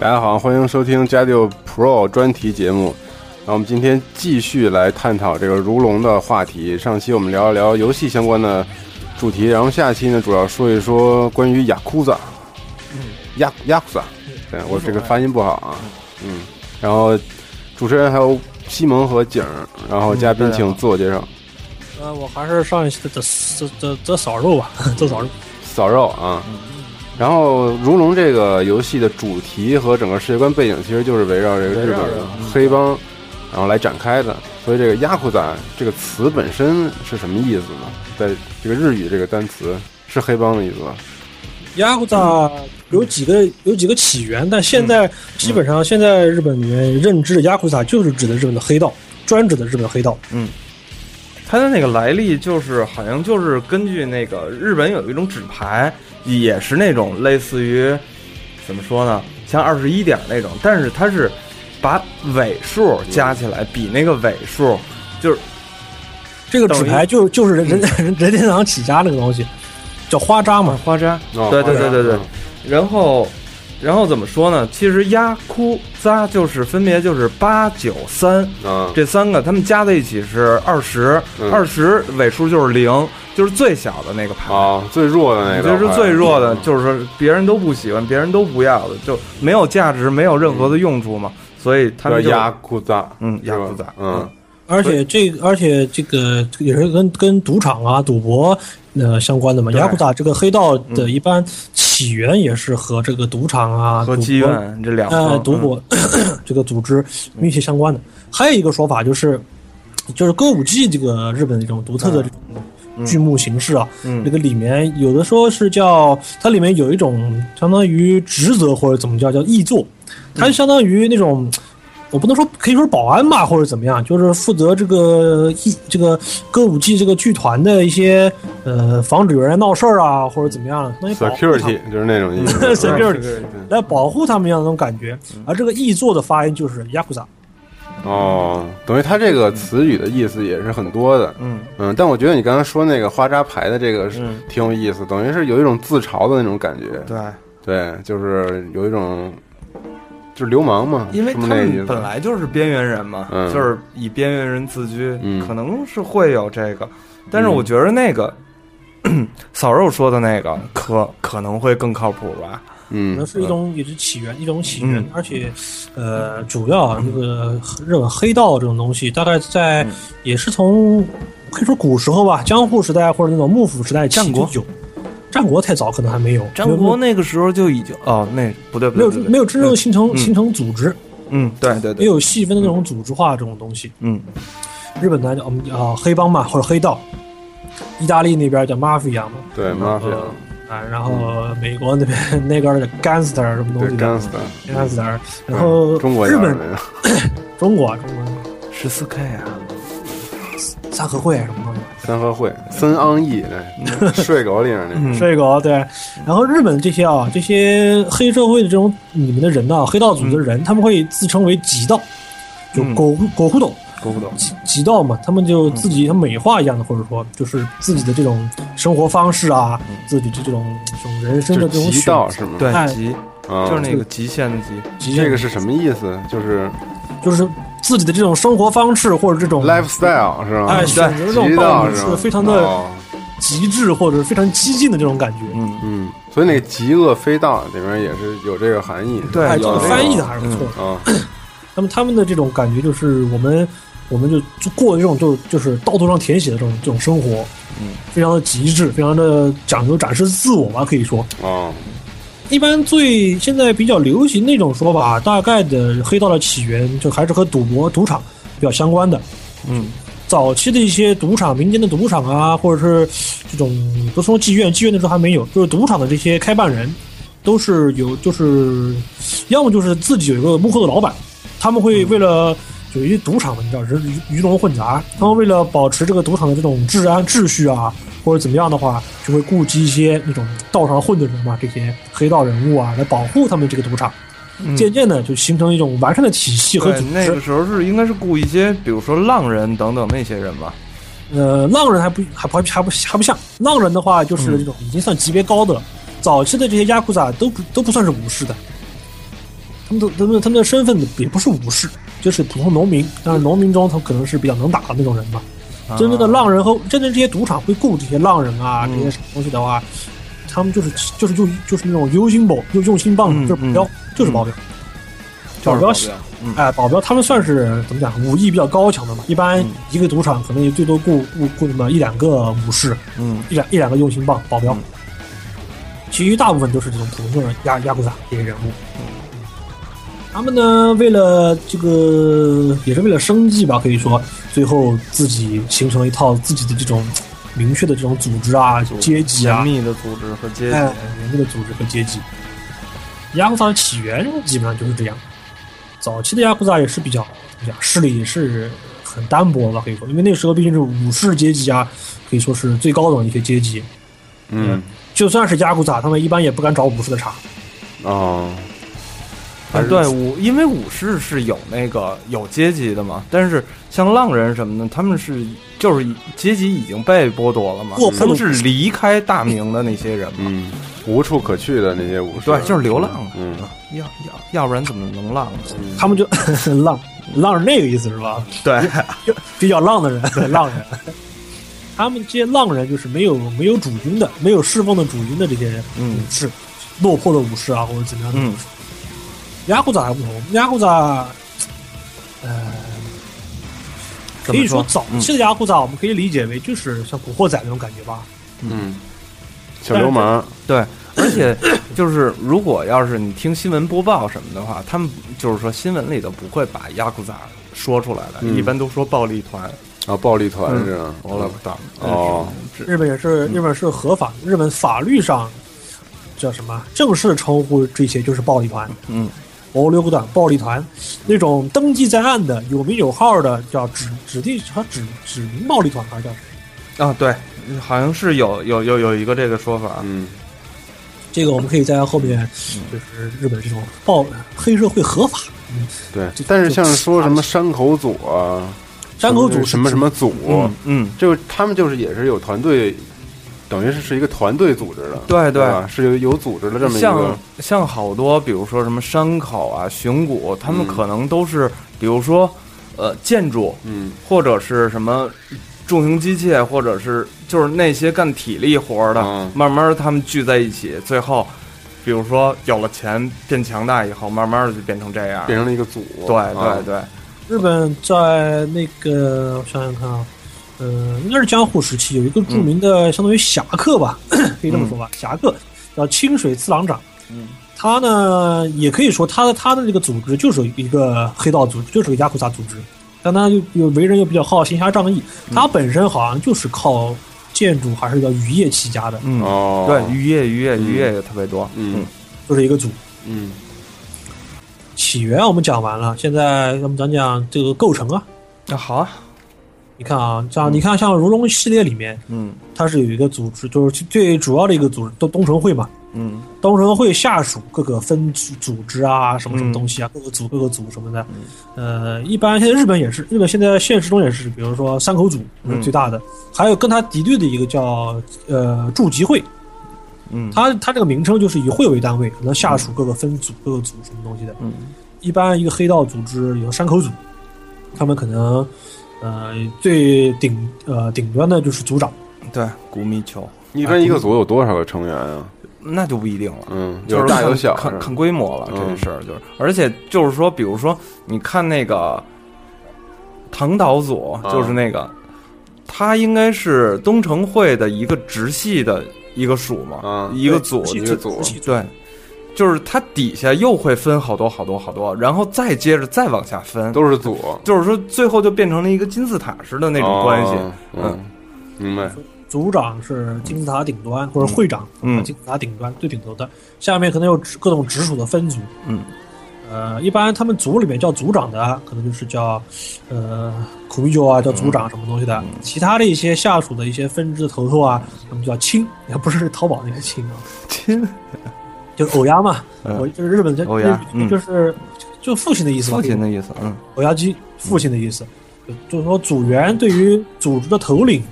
大家好，欢迎收听加六 Pro 专题节目。那我们今天继续来探讨这个如龙的话题。上期我们聊一聊游戏相关的主题，然后下期呢主要说一说关于雅库萨，雅雅库萨，对嗯我这个发音不好啊，嗯。然后主持人还有西蒙和景儿，然后嘉宾请自我介绍。呃，我还是上一期的的的的扫肉吧， 这扫肉，扫肉啊。然后，《如龙》这个游戏的主题和整个世界观背景，其实就是围绕这个日本的嗯黑帮，然后来展开的。所以，这个“压库仔”这个词本身是什么意思呢？在这个日语这个单词是黑帮的意思吧？雅库扎啊嗯有几个有几个起源，但现在基本上现在日本里面认知的雅库扎就是指的日本的黑道，专指的日本的黑道。它的那个来历就是好像就是根据那个日本有一种纸牌，也是那种类似于怎么说呢，像二十一点那种，但是它是把尾数加起来，比那个尾数就是这个纸牌就就是人人嗯人 任天堂起家那个东西，叫花扎嘛。花扎。哦对对对对对嗯然后，然后怎么说呢？其实压哭扎就是分别就是八九三啊，这三个，他们加在一起是二十、嗯二十尾数就是零，就是最小的那个牌。啊，最弱的那个，嗯就是最弱的，就是说别人都不喜欢，别人都不要的，就没有价值，没有任何的用处嘛。所以他叫们就嗯压库扎，嗯是吧压库扎嗯，而且这个而且这个这个也是跟跟赌场啊、赌博呃相关的嘛。对雅库扎这个黑道的嗯一般起源也是和这个赌场啊、和赌妓博院这两呃个，嗯赌博、这个组织密切相关的。还有一个说法就是，就是歌舞伎这个日本的这种独特的这种剧目形式啊，嗯这个里面有的说是叫它里面有一种相当于职责或者怎么叫叫译作，嗯它就相当于那种。我不能说可以说是保安吧，或者怎么样，就是负责这个艺这个歌舞伎这个剧团的一些呃防止有人闹事儿啊，或者怎么样，嗯相当于保护他们 security 就是那种意思 security 对来保护他们一样的那种感觉。嗯而这个译作的发音就是 yakuza，哦，等于它这个词语的意思也是很多的，嗯嗯，但我觉得你刚才说那个花扎牌的这个是嗯挺有意思，等于是有一种自嘲的那种感觉，对，对，就是有一种就是流氓嘛，因为是他不是那意们思本来就是边缘人嘛，嗯就是以边缘人自居，嗯可能是会有这个，但是嗯我觉得那个。扫肉说的那个可可能会更靠谱吧？可能嗯是一种也是起源，一种起源嗯，而且呃，主要啊，这个日本黑道这种东西，大概在嗯也是从可以说古时候吧，江户时代或者那种幕府时代起战国就有，战国太早可能还没有，战国那个时候就已经哦，那不对不没对有不对，没有真正形成嗯形成组织，嗯，对对没对，有细分的那种组织化这种东西。嗯日本呢叫我们啊黑帮嘛或者黑道，意大利那边叫 mafia 嘛，对 mafia 呃啊，然后美国那边那边的 gangster 什么东对西的 gangster，嗯 gangster，然后中国日样本的呀中国中国十四 K 啊，三合会啊什么东西，三合会森昂义嗯对，睡狗里面 那嗯这个对，然后日本这些啊这些黑社会的这种里面的人呢、黑道组织的嗯人，他们会自称为极道，就嗯狗狗护斗。搞不懂，极极道嘛，他们嗯就自己美化一样的，或者说就是自己的这种生活方式啊，自己的这种这种人生的嗯就这种极选道是吗？对哎极啊，就是那个极限的极，极这个是什么意思？就是就是自己的这种生活方式或者这种 lifestyle 是哦吗？哎选择这种极道道路是是吗？非常的哦极致或者非常激进的这种感觉。嗯，嗯，所以那个极恶飞道里面也是有这个含义。对哎，有嗯这个这个翻译的还是不错的。啊，那么他们的这种感觉就是我们，我们就就过这种就就是道路上舔血的这种这种生活，嗯，非常的极致，非常的讲究展示自我吧，可以说。哦，一般最现在比较流行那种说法，大概的黑道的起源就还是和赌博、赌场比较相关的。嗯，早期的一些赌场、民间的赌场啊，或者是这种不是说妓院，妓院那时候还没有，就是赌场的这些开办人，都是有就是，要么就是自己有一个幕后的老板，他们会为了有一些赌场嘛，你知道人鱼鱼龙混杂，他们为了保持这个赌场的这种治安秩序啊，或者怎么样的话，就会顾及一些那种道上混的人嘛，这些黑道人物啊，来保护他们这个赌场。嗯渐渐的就形成一种完善的体系和对组织。，那个时候是应该是雇一些，比如说浪人等等那些人吧。呃，浪人还不还不还不还不还不像浪人的话，就是嗯这种已经算级别高的了。早期的这些亚库萨都不都不算是武士的，他们的他们他们的身份也不是武士，就是普通农民。但是农民中，他们可能是比较能打的那种人吧。啊真正的浪人和真正这些赌场会雇这些浪人啊，嗯这些什么东西的话，他们就是就是用就是那种用心宝，用用心棒，嗯就是保镖，就是保镖。就保是镖保镖嗯哎，保镖他们算是怎么讲，武艺比较高强的嘛。一般嗯一个赌场可能也最多雇雇雇那么一两个武士，嗯，一两一两个用心棒保镖嗯，其余大部分都是这种普通的亚亚库萨这些人物。他们呢，为了这个也是为了生计吧，可以说最后自己形成了一套自己的这种明确的这种组织啊、阶级啊、严密的组织和阶级。哎，人类的组织和阶级。亚库萨的起源基本上就是这样。早期的亚库萨也是比较怎么讲，势力也是很单薄吧，可以说，因为那时候毕竟是武士阶级啊，可以说是最高等的一些阶级。嗯，就算是亚库萨，他们一般也不敢找武士的茬。哦，啊，对武，因为武士是有那个有阶级的嘛，但是像浪人什么的，他们是就是已阶级已经被剥夺了嘛落，他魄们的是离开大明的那些人嘛，嗯，无处可去的那些武士，对，就是流浪啊，嗯，要要要不然怎么能浪呢？他们就 浪浪是那个意思是吧？对，比较浪的人，浪人。他们这些浪人就是没有没有主君的，没有侍奉的主君的这些人，嗯武士，落魄的武士啊，或者怎么样的嗯雅虎仔还不同，雅虎仔，呃，可怎么以说说早嗯期的雅虎仔，我们可以理解为就是像古惑仔那种感觉吧。嗯，小流氓，对，而且就是如果要是你听新闻播报什么的话，他们就是说新闻里头不会把亚库扎说出来的，嗯一般都说暴力团，啊，暴力团是吧？嗯我了个当，哦，嗯日本也是，日本是合法，日本法律上叫什么？正式称呼这些就是暴力团，嗯欧流短暴力团，那种登记在案的、有名有号的，叫指指定和指指名暴力团，还是叫什么啊，对，好像是有有有有一个这个说法，嗯，这个我们可以在后面，就是日本这种暴黑社会合法，嗯，对就。但是像就说什么山口组啊，山口组什么什么组，嗯嗯，就是他们就是也是有团队，等于是是一个团队组织的，对对吧？是有有组织的这么一个像，像好多，比如说什么山口啊、熊谷，他们嗯可能都是，比如说，呃，建筑嗯或者是什么重型机械，或者是就是那些干体力活儿的，嗯慢慢儿他们聚在一起，最后，比如说有了钱变强大以后，慢慢的就变成这样。变成了一个组，对啊对对，日本在那个我想想看啊，呃，应该是江户时期有一个著名的，相当于侠客吧，可以这么说吧，侠客叫清水次郎长。嗯，他呢也可以说他的他的这个组织就是一个黑道组织，就是个雅库萨组织，但他又又为人又比较好行侠仗义，他本身好像就是靠建筑还是叫渔业起家的，嗯，哦，对，渔业渔业渔业嗯也特别多。嗯就是一个组。嗯起源我们讲完了，现在咱们讲讲这个构成啊。那好啊，你看啊，像你看像如龙系列里面，嗯它是有一个组织，就是最主要的一个组织，东东城会嘛。嗯东城会下属各个分组组织啊，什么什么东嗯西啊，各个组各个组什么的。呃，一般现在日本也是，日本现在现实中也是，比如说山口组嗯是最大的，还有跟他敌对的一个叫呃驻集会，嗯，它它这个名称就是以会为单位，可能下属各个分组、各个组什么东西的。嗯，一般一个黑道组织有山口组，他们可能呃最顶呃顶端的就是组长，对，古米球一般一个组有多少个成员啊？那就不一定了。嗯，嗯就是有大有看小，看看是吧规模了，这嗯个事儿就是，而且就是说，比如说，你看那个唐岛组，啊就是那个，他应该是东城会的一个直系的一个属嘛啊，一个组，一就个组对，就是它底下又会分好多好多好多，然后再接着再往下分，都是组就是说最后就变成了一个金字塔似的那种关系。哦嗯，明白。组长是金字塔顶端，或者会长，嗯金字塔顶端最顶头的，下面可能有直各种直属的分组。嗯，呃，一般他们组里面叫组长的，可能就是叫呃苦逼酒啊，叫组长什么东西的。其他的一些下属的一些分支的头头啊，他们叫亲，也不是淘宝那个亲啊，亲，就是偶鸭嘛，嗯我就是日本叫偶鸭嗯就是就父亲的意思嘛，父亲的意思，嗯，欧亚基父亲的意思，就就是说组员对于组织的头领，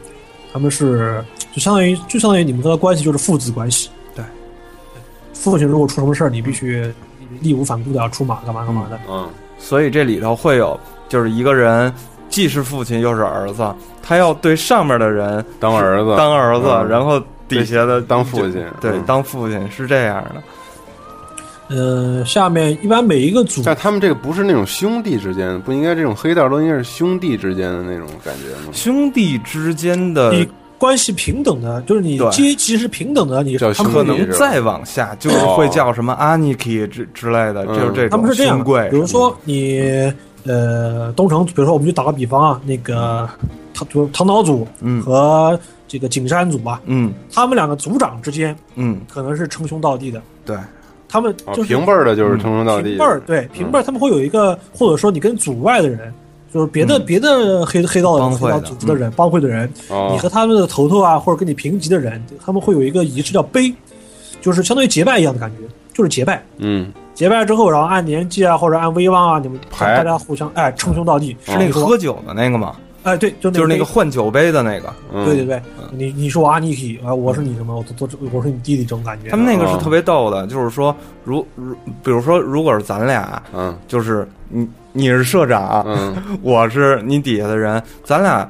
他们是就相当于就相当于你们跟他关系就是父子关系。对，父亲如果出什么事儿，你必须义无反顾的要出马，干嘛干嘛的。嗯，所以这里头会有，就是一个人既是父亲又是儿子，他要对上面的人当儿子，当儿子，嗯然后底下的当父亲，对嗯当父亲是这样的。嗯呃，下面一般每一个组但他们这个不是那种兄弟之间的，不应该这种黑道都应该是兄弟之间的那种感觉吗？兄弟之间的你关系平等的，就是你对阶级是平等的，你叫他兄可弟们能再往下就是会叫什么 Aniki 之之类的，嗯就是这他们种是这样兄的，贵。比如说你呃东城，比如说我们就打个比方啊，那个唐就是唐岛组嗯和这个景山组吧，嗯他们两个组长之间嗯，可能是称兄道弟的，对，他们哦就，是平辈儿的嗯就是称兄道弟，平辈儿，对平辈儿，他们会有一个，或者说你跟组外的人，就是别的嗯别的黑黑道帮人、会黑的嗯道组织的人、帮会的人，哦你和他们的头头啊，或者跟你平级的人，他们会有一个仪式叫碑，就是相当于结拜一样的感觉，就是结拜。嗯，结拜之后，然后按年纪啊，或者按威望啊，你们排大家互相哎称兄道弟，嗯是那个说喝酒的那个嘛，哎对，就嗯就是那个个换酒杯的那个，嗯对对，对，你你是我阿尼基啊，我是你什么，我都都我是你弟弟这种感觉。啊他们那个是哦特别逗的，就是说，如如，比如说，如果是咱俩，嗯就是你你是社长，嗯，我是你底下的人，咱俩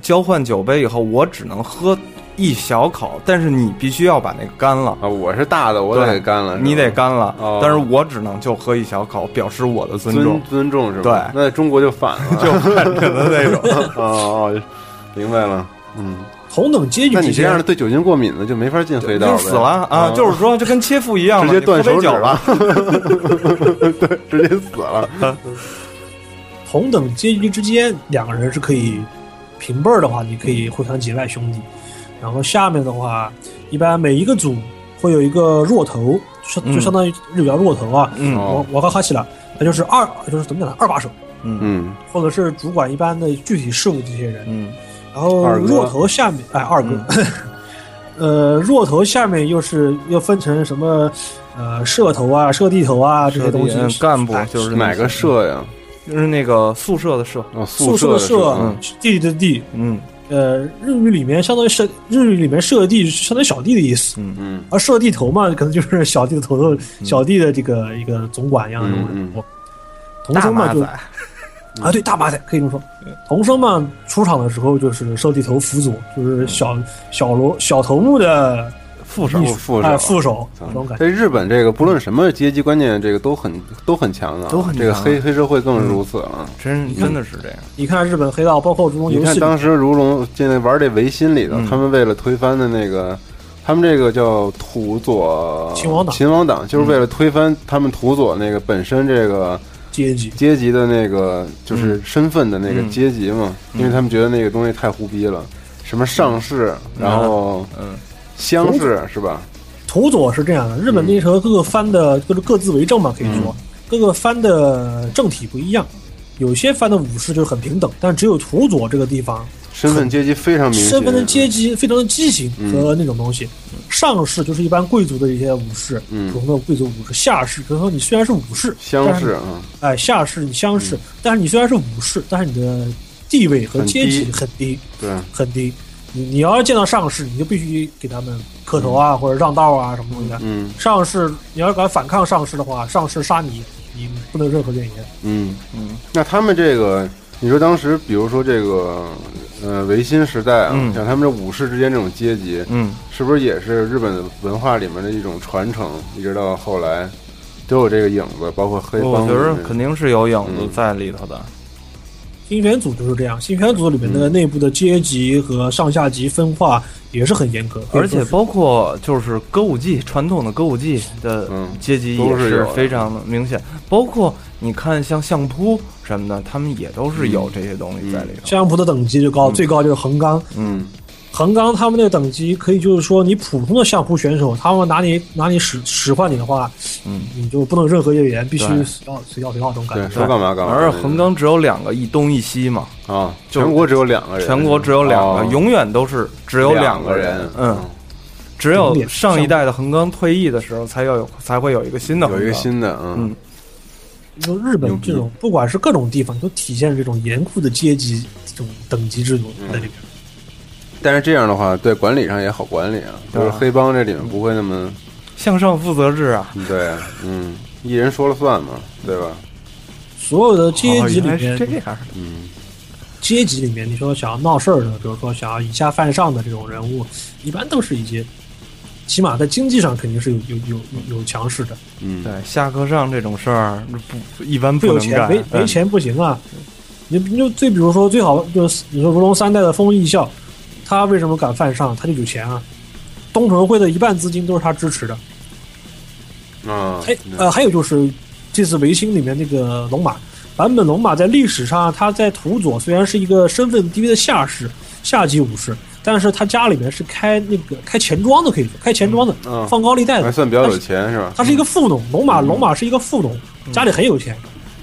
交换酒杯以后，我只能喝一小口，但是你必须要把那个干了，啊，我是大的，我对得干了，是吧你得干了，哦但是我只能就喝一小口，表示我的尊重尊。尊重是吧？对那在中国就反了， 就看 着的那种，哦哦，明白了，嗯，同等阶级那之你这间样的对酒精过敏的就没法进黑道就呗，是死了啊！嗯就是说，就跟切腹一样直嘛，接你断喝杯手指酒了， 对，直接死了，同等阶级之间，两个人是可以平辈儿的话，你可以互相结拜兄弟。然后下面的话，一般每一个组会有一个弱头，就嗯就相当于日语叫弱头啊。嗯哦我我和哈奇了，那就是二，就是怎么讲呢？二把手，嗯，或者是主管一般的具体事务这些人。嗯然后二哥弱头下面，哎，二哥， 呃，弱头下面又是又分成什么？呃，社头啊，社地头啊，这些东西嗯，干部哎就是那哪个些社呀？就是那个宿舍的舍，哦，宿舍舍的的社嗯，地的地，嗯呃，日语里面相当于是日语里面社地是相当于小弟的意思，嗯嗯而社地头嘛，可能就是小弟的头头，小弟的这个一个总管一样的人物。嗯童生嘛马就仔，啊对大马仔可以这么说，嗯童生嘛出场的时候就是社地头辅佐，就是小小罗小头目的副手秘手嗯书副手嗯哎副手操这种感觉。在日本，这个不论什么阶级观念，这个都很都很强的啊，都很这个强啊黑黑社会更是如此啊。真真的是这样。你看日本黑道，包括这种你游看戏里，当时如龙现在玩这维新里头，嗯他们为了推翻的那个，他们这个叫土佐秦王党秦王党就是为嗯了推翻他们土佐那个本身这个阶级阶级的那个就是身份的那个嗯阶级嘛，因为他们觉得那个东西太胡逼了，什么上士，然后嗯乡士是吧？土佐是这样的，日本那时候各个藩的就是各自为政嘛，可以说、嗯各个藩的政体不一样，有些藩的武士就是很平等，但只有土佐这个地方，身份阶级非常明显，身份的阶级非常的畸形和那种东西。上士就是一般贵族的一些武士，嗯普通的贵族武士；下士，比如说你虽然是武士，乡但是士你，啊，哎，下士你乡嗯士，但是你虽然是武士，但是你的地位和很阶级低很低，对，很低。你你要是见到上士，你就必须给他们磕头啊，或者让道啊，什么东西的。嗯上士，你要是敢反抗上士的话，上士杀你，你不能有任何怨言。嗯。嗯那他们这个，你说当时，比如说这个呃维新时代啊，嗯像他们这武士之间这种阶级，嗯，是不是也是日本文化里面的一种传承？一直到后来都有这个影子，包括黑帮。我觉得肯定是有影子嗯在里头的。新选组就是这样，新选组里面的内部的阶级和上下级分化也是很严格，而且包括就是歌舞伎传统的歌舞伎的嗯阶级都也是有是的非常的明显，包括你看像相扑什么的，他们也都是嗯有这些东西在里头。相扑的等级就高，最高就是横纲。嗯，横纲他们那个等级可以就是说，你普通的相扑选手，他们拿你拿你使使唤你的话，嗯，你就不能有任何怨言，必须对死要死要谁要这种感对，觉。说干嘛干嘛。而横纲只有两个，一东一西嘛，啊，就是全国只有两个人，全国只有两个，哦永远都是只有两个人，嗯，只有上一代的横纲退役的时候，才要有才会有一个新的横有一个纲。新的，嗯嗯，就日本这种，不管是各种地方，都体现这种严酷的阶级这种等级制度在里面。但是这样的话，对管理上也好管理啊，就是黑帮这里面不会那么向上负责制啊， 对啊，嗯，一人说了算嘛，对吧？所有的阶级哦里原来面，是这样的，嗯，阶级里面，你说想要闹事儿的，比如说想要以下犯上的这种人物，一般都是一些，起码在经济上肯定是有有有有有强势的，嗯，对下课上这种事儿不一般不不有能钱干，没没嗯钱不行啊。你你就最比如说最好就是你说如龙三代的丰义孝，他为什么敢犯上？他就有钱啊。东城会的一半资金都是他支持的。啊，哎，呃，还有就是这次维新里面那个龙马版本龙马，在历史上他在土佐虽然是一个身份低的下士、下级武士，但是他家里面是开那个开钱庄的，可以说开钱庄的，嗯嗯放高利贷还的。算比较有钱是吧？他是一个富农，龙马龙马是一个富农，家里很有钱，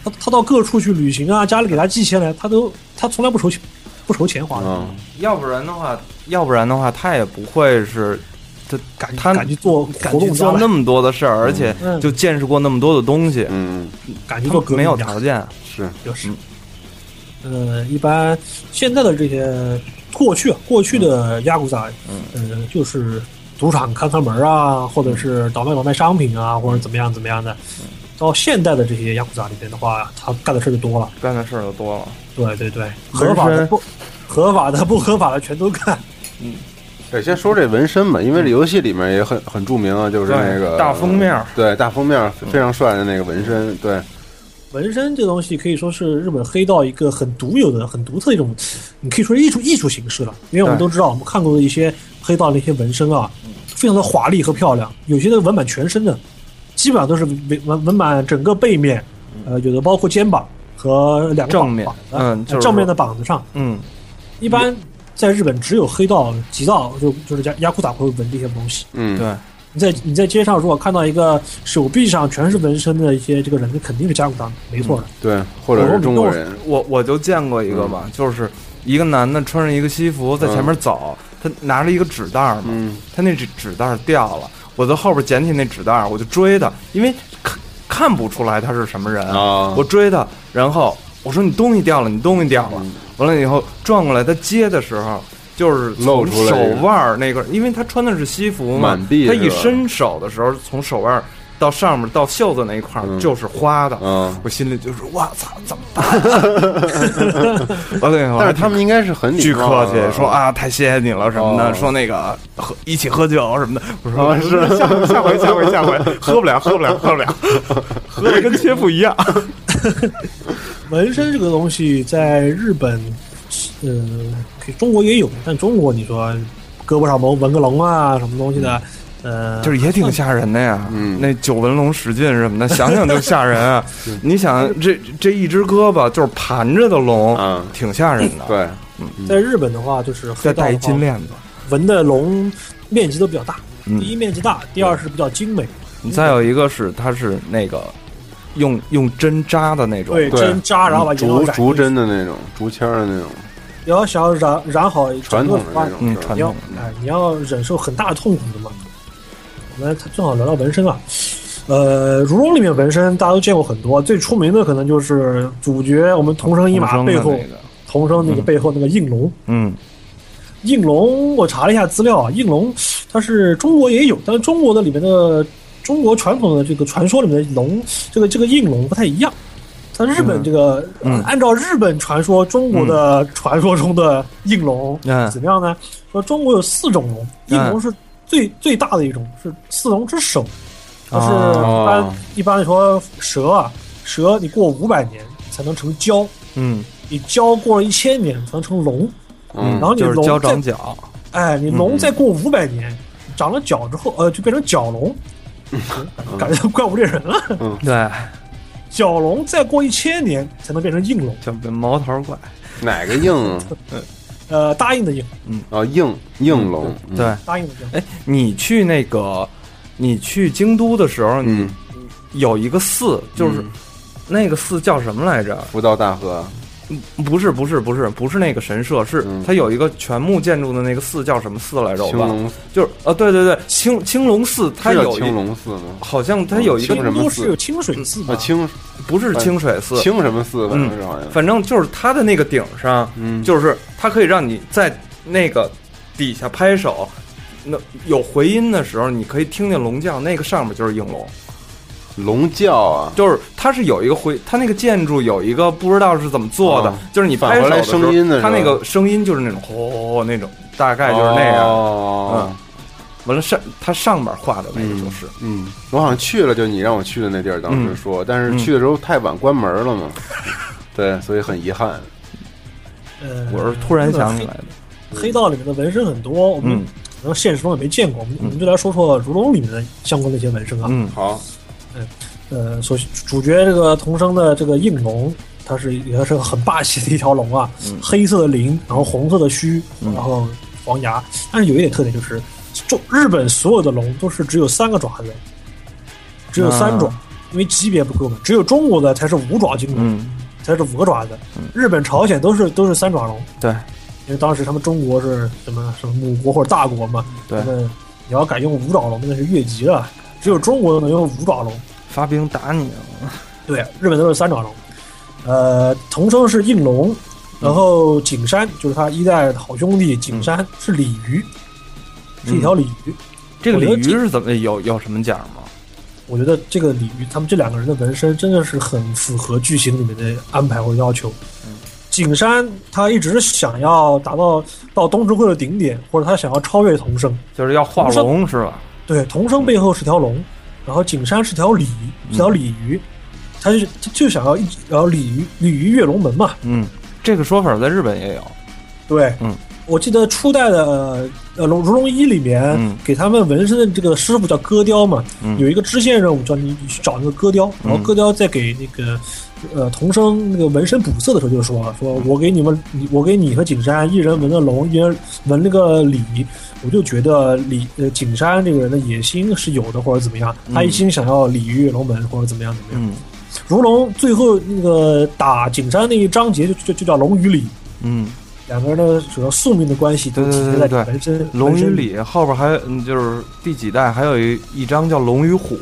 他嗯他到各处去旅行啊，家里给他寄钱来，他都他从来不愁钱，不愁钱花的，嗯，要不然的话，要不然的话，他也不会是他敢他敢去做，敢活去动做做那么多的事儿，而且嗯就见识过那么多的东西，嗯，敢去他做革命没有家条件。是，就是，呃，一般现在的这些过去啊过去的亚古仔，呃，就是赌场看看门啊，或者是倒卖倒卖商品啊，或者怎么样怎么样的。到现代的这些亚古仔里面的话，他干的事儿就多了。干的事儿就多了。对对对，纹合法的身不合法的不合法的全都干。对，先说这纹身吧，因为这游戏里面也很很著名啊，就是那个对大封面儿嗯对，大封面儿非常帅的那个纹身，对，纹身这东西可以说是日本黑道一个很独有的、很独特的一种，你可以说是艺术艺术形式了。因为我们对都知道，我们看过的一些黑道的一些纹身啊，非常的华丽和漂亮，有些的纹满全身的，基本上都是纹纹纹满整个背面，呃，有的包括肩膀和两个正膀面膀子呃嗯就是正面的膀子上。嗯，一般在日本只有黑道、极道就就是压压库打会纹这些东西。嗯，对，你在你在街上如果看到一个手臂上全是纹身的一些这个人，那肯定是加古党，没错的。对，或者是中国人，我我就见过一个吧，嗯就是一个男的穿着一个西服在前面走，他拿着一个纸袋儿嘛，嗯他那纸纸袋儿掉了，我在后边捡起那纸袋儿，我就追他，因为看看不出来他是什么人啊我追他，然后我说你东西掉了，你东西掉嗯了，完了以后转过来他接的时候。就是露从出来手这个腕儿那个，因为他穿的是西服嘛满，地他是一吧伸手的时候，从手腕儿到上面到袖子那一块儿嗯就是花的，嗯我心里就是我操，怎么办？我跟你但说，是他们应该是很礼巨貌客的气，说，啊，太谢谢你了什么哦的，说那个喝一起喝酒什么的。我说啊是下回下回下回下回喝不了喝不了喝不 了，喝的跟切腹一样。 纹身这个东西在日本，呃，可以中国也有，但中国你说胳膊上纹纹个龙啊，什么东西的，呃，就是也挺吓人的呀。嗯那九纹龙十进什么的，想想就吓人 啊。你想这这一只胳膊就是盘着的龙嗯，挺吓人的。，对，在日本的话，就是再黑道戴一的金话，链子。纹的龙面积都比较大，嗯第一面积大，第二是比较精美，你再有一个是，它是那个用用针扎的那种，对，对嗯针扎，然后把羊竹肉染竹针的那种，竹签儿的那种，你要想要染染好传整个统的图那案，种，嗯是吧传你要哎，你要忍受很大的痛苦的嘛。我们正好聊到纹身啊，呃，如龙里面纹身大家都见过很多，最出名的可能就是主角我们同生一马童声的背后那个同生那个背后那个应龙，嗯，应龙我查了一下资料啊，应龙它是中国也有，但是中国的里面的中国传统的这个传说里面的龙，这个这个应龙不太一样，它日本这个、呃嗯按照日本传说，中国的传说中的应龙、嗯怎么样呢？说中国有四种龙，应龙是最、最大的一种，是四龙之首，就是一般、哦一般来说蛇啊，蛇你过五百年才能成蛟，嗯，你蛟过了一千年才能成龙，嗯然后你就是龙胶再长角，哎，你龙再过五百年，长了角之后，呃，就变成角 龙，感觉怪物猎人了。对，角龙再过一千年才能变成应龙，叫毛头怪，哪个硬啊？呃，答应的应，哦，硬硬龙，嗯对，答应的应。哎，你去那个，你去京都的时候，你嗯，有一个寺，就是嗯那个寺叫什么来着？福到大河，不是，不是，不是，不是那个神社，是嗯它有一个全木建筑的那个寺叫什么寺来着？我青忘了，龙，就是啊，对对对，青青龙寺，它是叫有一青龙嗯寺吗？好像它有一个清什京么都寺是有清水寺啊，吧？清不哎是清水寺，清什么寺吧？嗯是好像，反正就是它的那个顶上，嗯，就是它可以让你在那个底下拍手，那有回音的时候，你可以听见龙叫，那个上面就是应龙。龙教啊，就是它是有一个回，它那个建筑有一个不知道是怎么做的，嗯就是你返拍手回来的时候声音的时它候那个声音就是那种吼吼吼那种，大概就是那样。哦，完了上它上面画的那个就是，嗯，我好像去了，就你让我去的那地儿，当时嗯说，但是去的时候太晚，关门了 嘛，对，所以很遗憾。嗯呃，我是突然想起来的。那个黑，黑道里面的纹身很多，我们嗯可能现实中也没见过。我们我们就来说说如龙里面的相关的一些纹身啊。嗯好，呃，首先主角这个童生的这个应龙，它是也是个很霸气的一条龙啊，嗯黑色的鳞，然后红色的须，嗯然后黄牙。但是有一点特点就是，中日本所有的龙都是只有三个爪子的，只有三种，因为级别不够嘛。只有中国的才是五爪金龙，啊嗯，才是五个爪子。日本、朝鲜都是都是三爪龙，对因为当时他们中国是什么什么母国或者大国嘛，对他，嗯们你要敢用五爪龙，那是越级了。只有中国能用五爪龙。发兵打你啊，对，日本都是三爪龙。呃，桐生是应龙，然后景山就是他一代的好兄弟景山、是鲤鱼，是一条鲤鱼。这个我觉鲤得鱼这是怎么有有什么讲吗？我觉得这个鲤鱼，他们这两个人的纹身真的是很符合剧情里面的安排或者要求。景山他一直想要达到到东之会的顶点，或者他想要超越桐生。就是要画龙是吧？对，桐生背后是条龙，然后景山是条鲤，是条鲤鱼，他就他就想要一直然后鲤鱼鲤鱼跃龙门嘛，嗯，这个说法在日本也有。对，嗯，我记得初代的呃呃《龙如龙一》里面，嗯给他们纹身的这个师傅叫歌雕嘛，嗯有一个支线任务叫你你去找那个歌雕，然后歌雕在给那个呃童生那个纹身补色的时候就说了，说嗯我给你们，你我给你和景山一人纹个龙，一人纹了个鲤，我就觉得鲤呃景山这个人的野心是有的，或者怎么样，他一心想要鲤鱼跃龙门，或者怎么样怎么样。嗯如龙最后那个打景山那一章节就就就叫龙与鲤。嗯，两个人的主要宿命的关系都体现在你纹身龙与纹身鲤后边还有嗯就是第几代还有一一张叫龙与虎。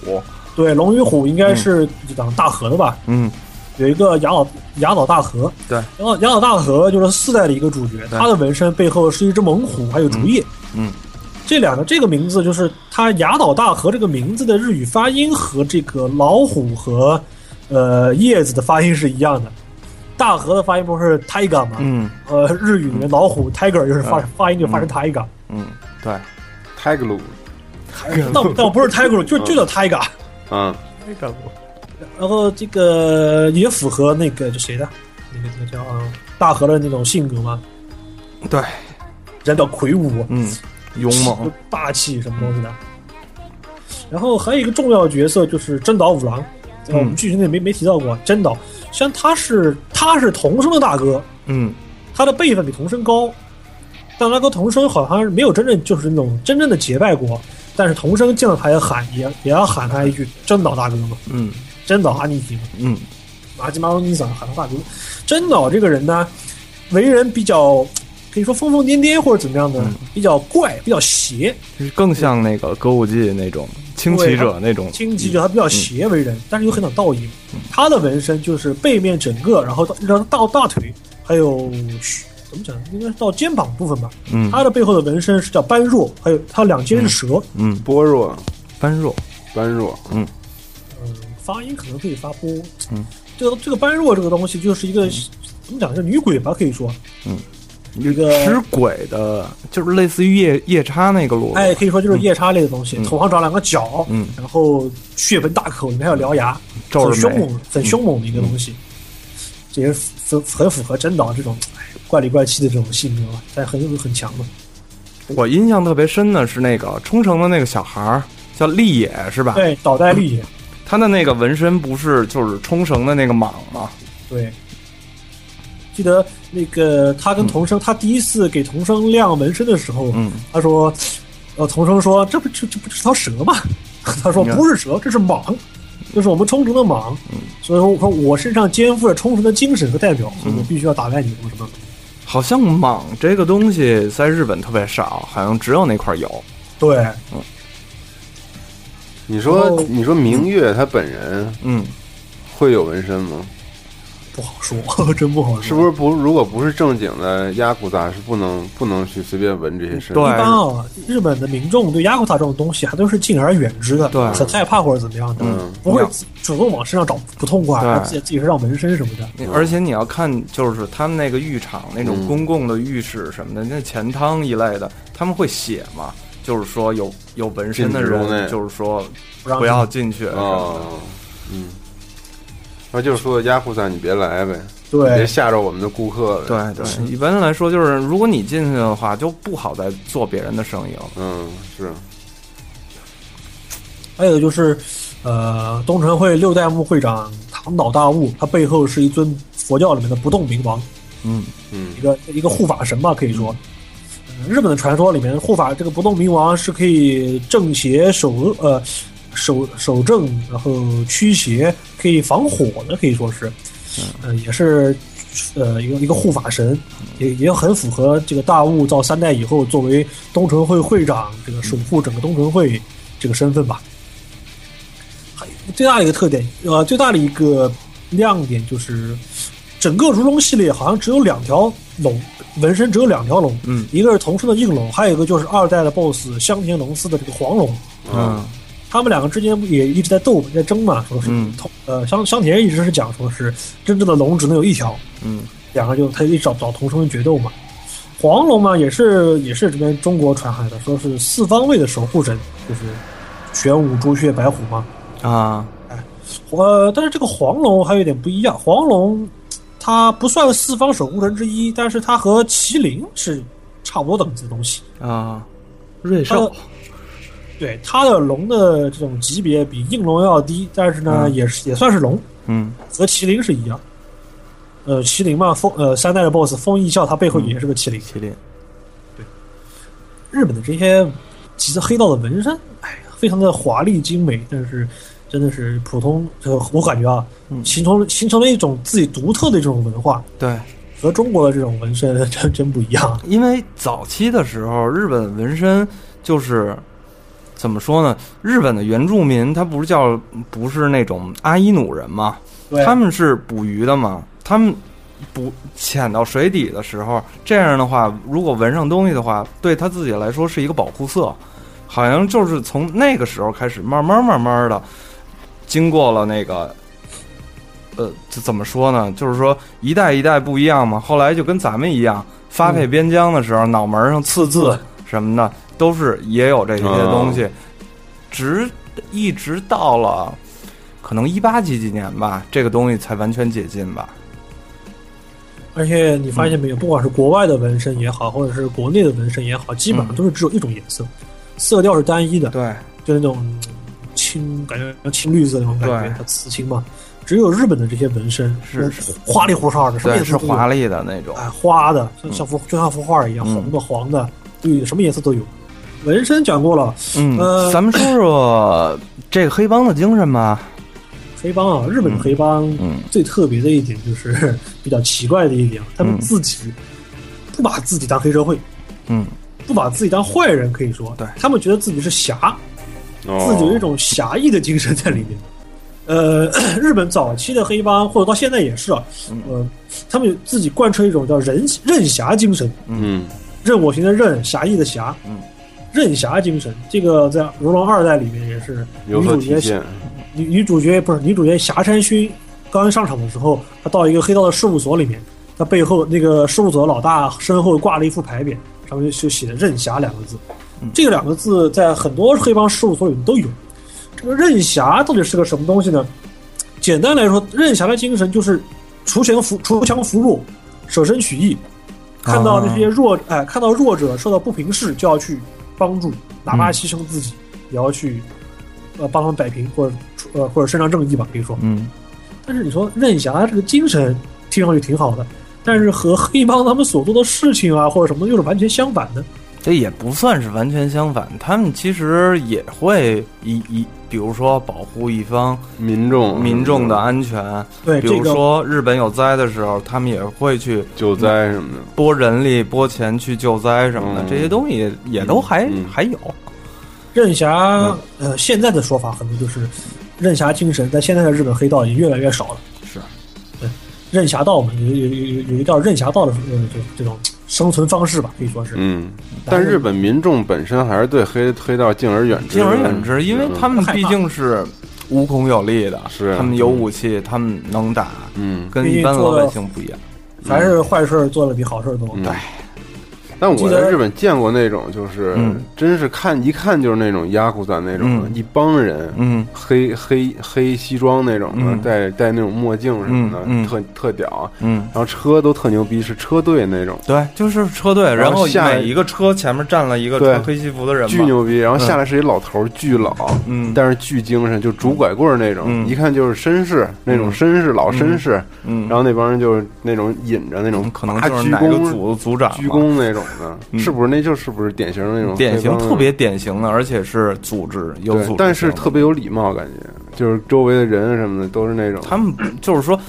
对龙与虎应该是一档大河的吧？嗯有一个雅岛雅岛大河，对雅岛雅岛大河就是四代的一个主角，对他的纹身背后是一只猛虎，还有竹叶。嗯嗯这两个这个名字就是他雅岛大河这个名字的日语发音和这个老虎和呃叶子的发音是一样的。大河的发音不是 tiger 吗？嗯呃，日语里面老虎 tiger 就是发、发音就发成 tiger，、嗯，对。泰格鲁，但但不是 tiger，就就叫 tiger。嗯，然后这个也符合那个就谁的，那个那个叫、呃大河的那种性格嘛，对，人比较魁梧、嗯，勇猛，、霸气什么东西的。然后还有一个重要角色就是真岛五郎，呃嗯我们剧情里没没提到过真岛，虽然他是他是童生的大哥，嗯，他的辈分比童生高，但他跟童生好像是没有真正就是那种真正的结拜过，但是童生见到他也喊也也要喊他一句真岛大哥嘛，嗯真岛阿尼提嘛。嗯马吉马罗尼桑喊话族。真岛这个人呢，为人比较可以说疯疯癫癫或者怎么样的，嗯比较怪，比较邪。，就是嗯更像那个歌舞伎那种轻骑者那种，听起者他比较邪嗯为人，但是又很讲道义。他的纹身就是背面整个，然后到然后到大腿，还有嘘怎么讲，应该是到肩膀部分吧。嗯他的背后的纹身是叫般若，还有他两肩是蛇，嗯，般若，般若，般若，嗯，发音可能可以发波。嗯，这个这个般若这个东西就是一嗯个、怎么讲，是女鬼吧？可以说，嗯，一个吃鬼的，就是类似于夜夜叉那个路子。哎，可以说就是夜叉类的东西，头上长两个角，嗯然后血盆大口，里面还有獠牙，皱很着凶眉，嗯猛、很凶猛的一个东西。这也是很很符合真岛这种哎怪里怪气的这种性格吧，但是很很强的。我印象特别深的是那个冲绳的那个小孩儿叫立野是啊吧？对，倒带力，嗯他的那个纹身不是就是冲绳的那个蟒吗？对。记得那个他跟童生，他第一次给童生亮纹身的时候，啊嗯，他说，呃，童生说这不这这不是条蛇吗？ 他说嗯不是蛇，这是蟒，这是我们冲绳的蟒。所以说我说我身上肩负着冲绳的精神和代表，所以我必须要打败你什么什么。好像蟒这个东西在日本特别少，好像只有那块儿有。对，你说然后你说明月他本人嗯，会有纹身吗？不好说， 真不好说。是不是不如果不是正经的压古杂是不能不能去随便纹这些身的？对一般啊，日本的民众对雅库塔这种东西还都是敬而远之的，对很害怕或者怎么样的，嗯不会主动往身上找不痛快，对还自己自己身上纹身什么的。而且你要看，就是他们那个浴场那种嗯公共的浴室什么的，那钱汤一类的，他们会写嘛，就是说有有纹身的禁止入内人，就是说不让不要进去什么哦，嗯，那就是说压古杂你别来呗，你别对吓着我们的顾客呗。，的。对对，一般来说就是，如果你进去的话，就不好再做别人的生意了。嗯，是，还有就是，呃，东城会六代目会长唐岛大悟，他背后是一尊佛教里面的不动明王，嗯，嗯一个一个护法神吧，可以说。呃日本的传说里面，护法这个不动明王是可以正邪守恶呃守守正，然后驱邪，可以防火的，可以说是，呃，也是呃一个一个护法神，也也很符合这个大悟到三代以后作为东城会会长，这个守护整个东城会这个身份吧。还有最大的一个特点，呃，最大的一个亮点就是，整个如龙系列好像只有两条龙，纹身只有两条龙，嗯，一个是童生的硬龙，还有一个就是二代的 BOSS 香田龙司的这个黄龙，嗯，他们两个之间也一直在斗在争嘛，说是嗯同、呃香香田一直是讲说是真正的龙只能有一条，嗯，两个就他就一直找找同生决斗嘛。黄龙嘛，也是也是这边中国传来的，说是四方位的守护神，就是玄武、朱雀、白虎嘛。啊，呃，但是这个黄龙还有点不一样，黄龙它不算四方守护神之一，但是它和麒麟是差不多等级的东西。啊，瑞它的哦兽，对它的龙的这种级别比应龙要低，但是呢，嗯也是也算是龙，嗯和麒麟是一样。呃，麒麟嘛，风呃三代的 BOSS 风翼笑，它背后也是个麒麟。麒麟，日本的这些极色黑道的纹身，哎呀，非常的华丽精美，但是真的是普通，就我感觉啊，嗯形成形成了一种自己独特的这种文化，对，和中国的这种纹身 真真不一样。因为早期的时候，日本纹身就是怎么说呢？日本的原住民他不是叫不是那种阿伊努人嘛，对他们是捕鱼的嘛，他们捕潜到水底的时候，这样的话，如果纹上东西的话，对他自己来说是一个保护色，好像就是从那个时候开始，慢慢慢慢的，经过了那个。呃，这怎么说呢？就是说一代一代不一样嘛。后来就跟咱们一样，发配边疆的时候，脑门上刺字什么的，都是也有这些东西。直一直到了可能一八几几年吧，这个东西才完全解禁吧。而且你发现没有，嗯不管是国外的纹身也好，或者是国内的纹身也好，基嗯本上都是只有一种颜色，色调是单一的，对，就是那种青，感觉像青绿色那种感觉对，它刺青嘛。只有日本的这些纹身是花里胡哨的，什么对，颜色是都有华丽的那种。哎，花的，像像幅就像幅画一样，嗯红的、黄的，绿的，什么颜色都有。纹身讲过了，嗯，呃咱们说说这个黑帮的精神吧。黑帮啊，日本的黑帮嗯最特别的一点就是 比较奇怪的一点，啊他们嗯自己不把自己当黑社会，嗯，不把自己当坏人，可以说，对他们觉得自己是侠，哦自己有一种侠义的精神在里面。呃，日本早期的黑帮或者到现在也是啊，嗯呃，他们有自己贯彻一种叫人任侠精神，嗯任我行的任，侠义的侠，嗯，任侠精神，这个在《如龙二代》里面也是有女所主体角现，女女主角不是女主角霞山薰刚刚上场的时候，她到一个黑道的事务所里面，她背后那个事务所老大身后挂了一副牌匾，上面就写着“任侠”两个字。这个两个字在很多黑帮事务所里面都有。这个任侠到底是个什么东西呢？简单来说，任侠的精神就是锄强扶锄强扶弱，舍身取义。看到这些弱哎，看到弱者受到不平事，就要去帮助，哪嗯怕牺牲自己，也要去呃帮他们摆平或者出呃或者伸张正义吧，可以说。嗯，但是你说任侠这个精神听上去挺好的，但是和黑帮他们所做的事情啊或者什么又是完全相反的。这也不算是完全相反，他们其实也会以以，比如说保护一方民众啊民众的安全，对比这如个，说日本有灾的时候，他们也会去救灾什么的，拨人力、拨钱去救灾什么的，嗯这些东西也都还、嗯还有。任侠嗯呃现在的说法可能就是任侠精神在现在的日本黑道已经越来越少了。是，对，任侠道嘛，有有有有有一道任侠道的呃就这种生存方式吧，可以说是。嗯。但日本民众本身还是对黑黑道敬而远之，敬而远之，因为他们毕竟是无孔有力的，是啊他们有武器，他们能打，嗯。跟一般老百姓不一样。凡是坏事儿做的比好事儿多。嗯对，但我记在得日本见过那种，就是、嗯真是看一看就是那种压库赞那种的、嗯一帮人，嗯，黑黑黑西装那种的，嗯戴戴那种墨镜什么的，嗯嗯特特屌。嗯，然后车都特牛逼，是车队那种，对，就是车队，然然后后下每一个车前面站了一个对穿黑西服的人巨嘛，牛逼。然后下来是一老头，巨老，嗯但是巨精神，就拄拐棍儿那种，嗯一看就是绅士那种绅士老绅士。嗯，然后那帮人就是那种引着那种可能八就是鞠哪个躬组组长吧鞠躬那种的，嗯是不是？那就是不是典型的那种典型黑帮特别典型的，而且是组织有组对织性，，但是特别有礼貌，感觉就是周围的人什么的都是那种他们不就是说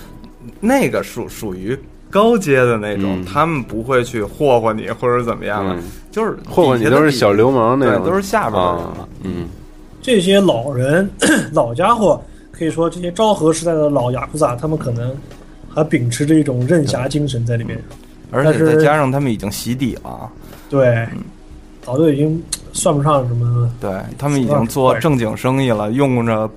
那个属属于。高阶的那种，嗯他们不会去霍霍你或者怎么样的，嗯就是霍霍你底下的都是底小流氓那种，对都是下边的人啊嘛，嗯这些老人 老家伙，可以说这些昭和时代的老雅库萨，他们可能还秉持着一种任侠精神在里面。而但且再是加上他们已经洗底了，对，早就已经算不上什么。对他们已经做正经生意了，用着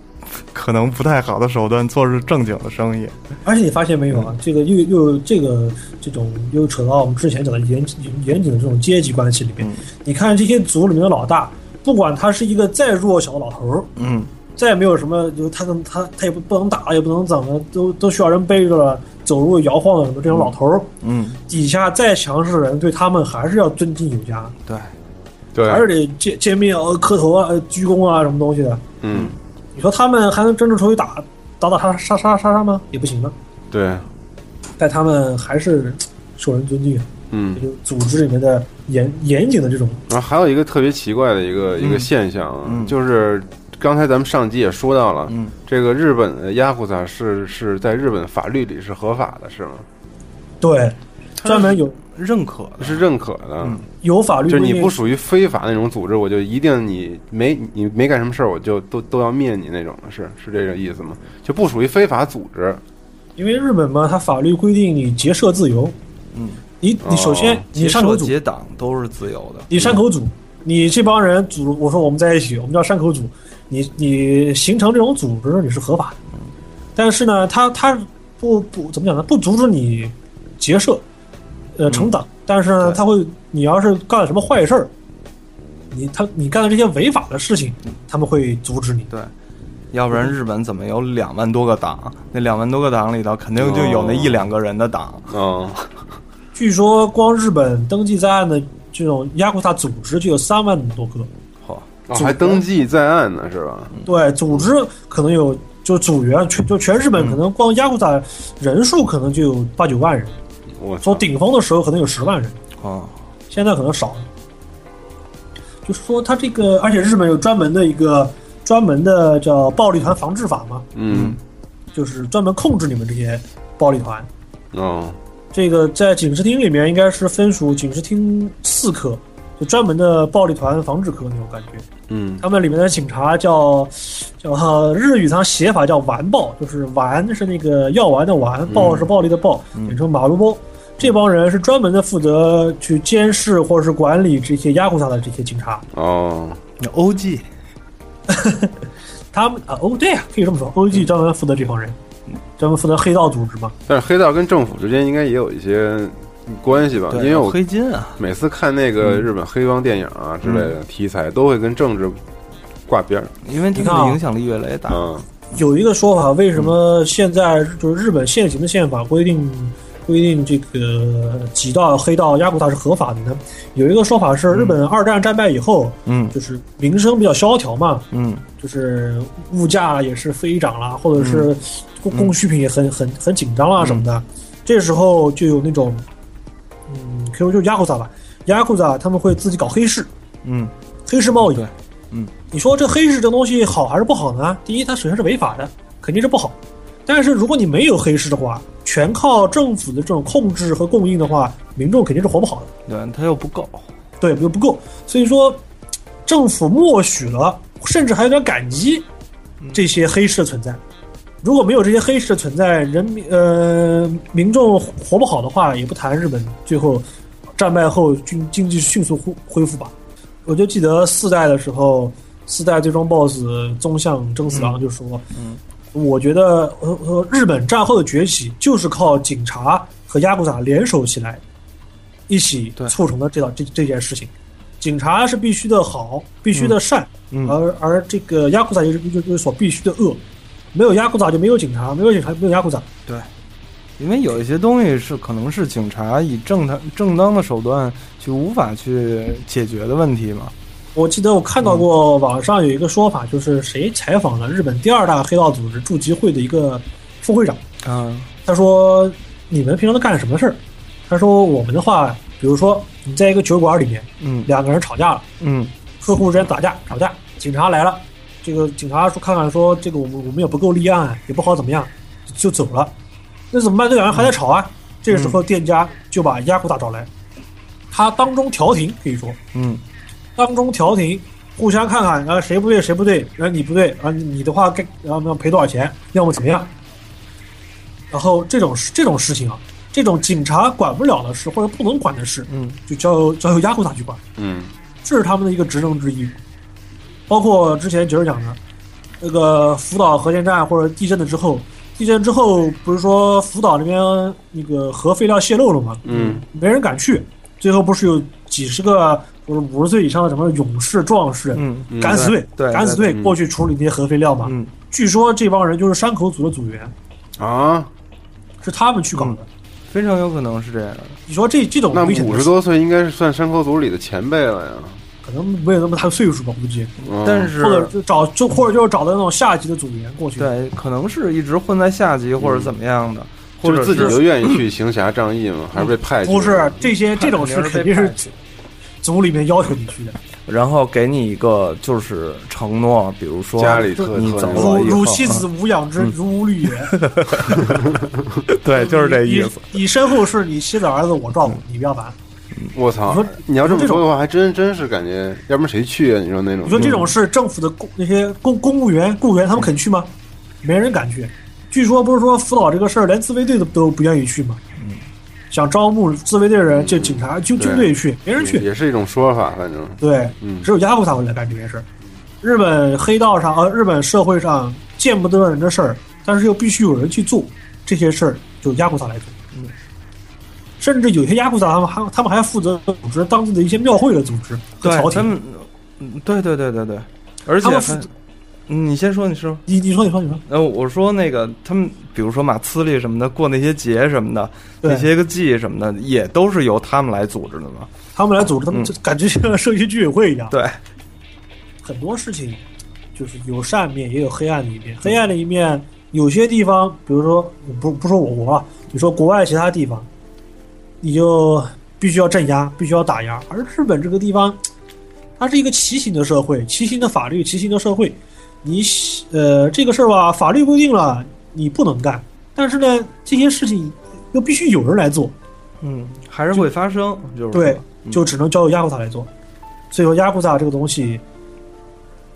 可能不太好的手段做着正经的生意。而且你发现没有嗯啊？这个又又这个这种又扯到我们之前讲的严谨严谨的这种阶级关系里面。嗯你看这些族里面的老大，不管他是一个再弱小的老头儿，嗯，再没有什么，就是他能他他也不不能打，也不能怎么，都都需要人背着了，走路摇晃的什么这种老头儿。嗯，底下再强势的人，对他们还是要尊敬有加，对，对，还是得见见面要磕头啊、呃鞠躬啊什么东西的。嗯你说他们还能真正出去打打打杀杀杀杀杀吗？也不行啊。对但他们还是嘖受人尊敬，嗯也。就组织里面的严严谨的这种，然后还有一个特别奇怪的一个一个嗯现象啊，嗯就是刚才咱们上集也说到了，嗯，这个日本的雅虎萨是是在日本法律里是合法的，是吗？对，专门有认可的是认可的。嗯有法律就是规你定不。属于非法那种组织，我就一定你没你没干什么事儿，我就都都要灭你那种的，是是这个意思吗？就不属于非法组织，因为日本嘛，它法律规定你结社自由，嗯，你你首先、哦你上口组，结党都是自由的。你山口组，你这帮人组，我说我们在一起，我们叫山口组，你你形成这种组织你是合法的，但是呢，他他不不怎么讲呢？不阻止你结社，呃，成党，但是呢，对他会，你要是干了什么坏事儿，你他你干了这些违法的事情，他们会阻止你。对，要不然日本怎么有两万多个党？那两万多个党里头，肯定就有那一两个人的党。嗯，据说光日本登记在案的这种雅库萨组织就有三万多个，嚯，哦、还登记在案呢，是吧？嗯对，组织可能有，就组员全就全日本可能光雅库萨人数可能就有八九万人，我操从顶峰的时候可能有十万人，哦，现在可能少了。就是说，他这个，而且日本有专门的一个专门的叫暴力团防治法嘛，嗯，就是专门控制你们这些暴力团。嗯哦，这个在警视厅里面应该是分属警视厅四科，就专门的暴力团防治科那种感觉。嗯，他们里面的警察叫叫呃日语，它写法叫完暴，就是完是那个药丸的丸，暴是暴力的暴，简称马路包。这帮人是专门的负责去监视或者是管理这些压库萨的这些警察，哦，那 OG 他们啊，哦，对呀、可以这么说，OG 专门负责这帮人，专门负责黑道组织嘛。但是黑道跟政府之间应该也有一些关系吧？因为我黑金啊，每次看那个嗯日本黑帮电影啊之类的题材，都会跟政治挂边儿。因为他们你看的啊影响力越来越大。嗯，有一个说法，为什么现在就是日本现行的宪法规定规定这个几道黑道压古塔是合法的呢？有一个说法是，日本二战战败以后，嗯就是民生比较萧条嘛，嗯，就是物价也是飞涨啦，或者嗯是供供需品也很很很紧张啊啦什么的，这时候就有那种，嗯，可以说就是压古萨吧，压古萨他们会自己搞黑市，嗯，黑市贸易对。嗯，你说这黑市这东西好还是不好呢？第一，它首先是违法的，肯定是不好。但是如果你没有黑市的话，全靠政府的这种控制和供应的话，民众肯定是活不好的，嗯对，他又不够。对，又不够。所以说，政府默许了，甚至还有点感激这些黑市的存在。如果没有这些黑市的存在，人民呃民众活不好的话，也不谈日本最后战败后经经济迅速恢恢复吧。我就记得四代的时候，四代最终 BOSS 宗像征四郎就说：“嗯我觉得呃呃日本战后的崛起就是靠警察和压古塔联手起来，一起嗯对促成了这道这这件事情。警察是必须的好，必须的善，嗯而而这个压古塔就是就是就是所必须的恶。没有压古塔就没有警察，没有警察就没有压古塔。因为有一些东西是可能是警察以正当正当的手段去无法去解决的问题嘛。我记得我看到过网上有一个说法，就是谁采访了日本第二大黑道组织驻集会的一个副会长，啊，他说：“你们平常都干什么事儿？”他说：“我们的话，比如说你在一个酒馆里面，嗯两个人吵架了，嗯客户之间打架吵架，警察来了，这个警察说看看说这个我们我们也不够立案，也不好怎么样，就走了。那怎么办？这两人还在吵啊。这个时候店家就把亚库塔找来，他当中调停，可以说嗯当中调停，互相看看，啊谁不对谁不对，然后你不对，啊你你的话该然后要赔多少钱，要么怎么样。然后这种事这种事情啊，这种警察管不了的事或者不能管的事，嗯就交由交由亚库塔去管。嗯，这是他们的一个职能之一。包括之前九儿讲的，那个福岛核电站或者地震了之后，地震之后不是说福岛那边那个核废料泄漏了吗？嗯，没人敢去，最后不是有几十个或者五十岁以上的什么勇士、壮士、嗯嗯敢死队、对对敢死队对嗯过去处理那些核废料嘛？嗯，据说这帮人就是山口组的组员，啊，是他们去搞的。非常有可能是这样的。你说这这种那危险五的十事，多岁应该是算山口组里的前辈了呀。可能没有那么大的岁数吧，估计，嗯但或者是就找就或者就是找的那种下级的组员过去。对，可能是一直混在下级或者怎么样的，或就是者自己嗯是就愿意去行侠仗义嘛，还是被派去？嗯不是这些这种事看着肯别定人被是派去组里面要求你去的，然后给你一个就是承诺，比如说家里特你走特了嗯如以如后，妻子无养之，如无 绿也。对，就是这意思。嗯你。你身后事，你妻子儿子我照顾，你不要烦。我操你说！你要这么你说这种说的话，还真真是感觉，要不然谁去啊？你说那种？你说这种事，政府的公那些公公务员、雇员他们肯去吗？没人敢去。据说不是说辅导这个事儿，连自卫队都都不愿意去吗？嗯想招募自卫队的人，就警察、军对军队去，没人也去。嗯也是一种说法，反正对，嗯只有雅虎才会来干这件事儿。日本黑道上，呃，日本社会上见不得人的事儿，但是又必须有人去做这些事儿，就雅虎萨来做。嗯，甚至有些雅虎萨他们还他们还负责组织当地的一些庙会的组织和朝对，他廷。们，嗯对对对对对，而且他们还负责嗯你先说，你说。你你说你说你说，呃，我说那个他们，比如说马呲里什么的，过那些节什么的，对那些个祭什么的，也都是由他们来组织的嘛。他们来组织，他们嗯就感觉像社区居委会一样。对，很多事情就是有善面，也有黑暗的一面。黑暗的一面，有些地方，比如说不不说我国啊，你说国外其他地方，你就必须要镇压，必须要打压。而日本这个地方，它是一个畸形的社会，畸形的法律，畸形的社会。你呃，这个事儿吧，法律规定了你不能干，但是呢，这些事情又必须有人来做。嗯，还是会发生，就是对说，就只能交由雅库萨来做。所以说，雅库萨这个东西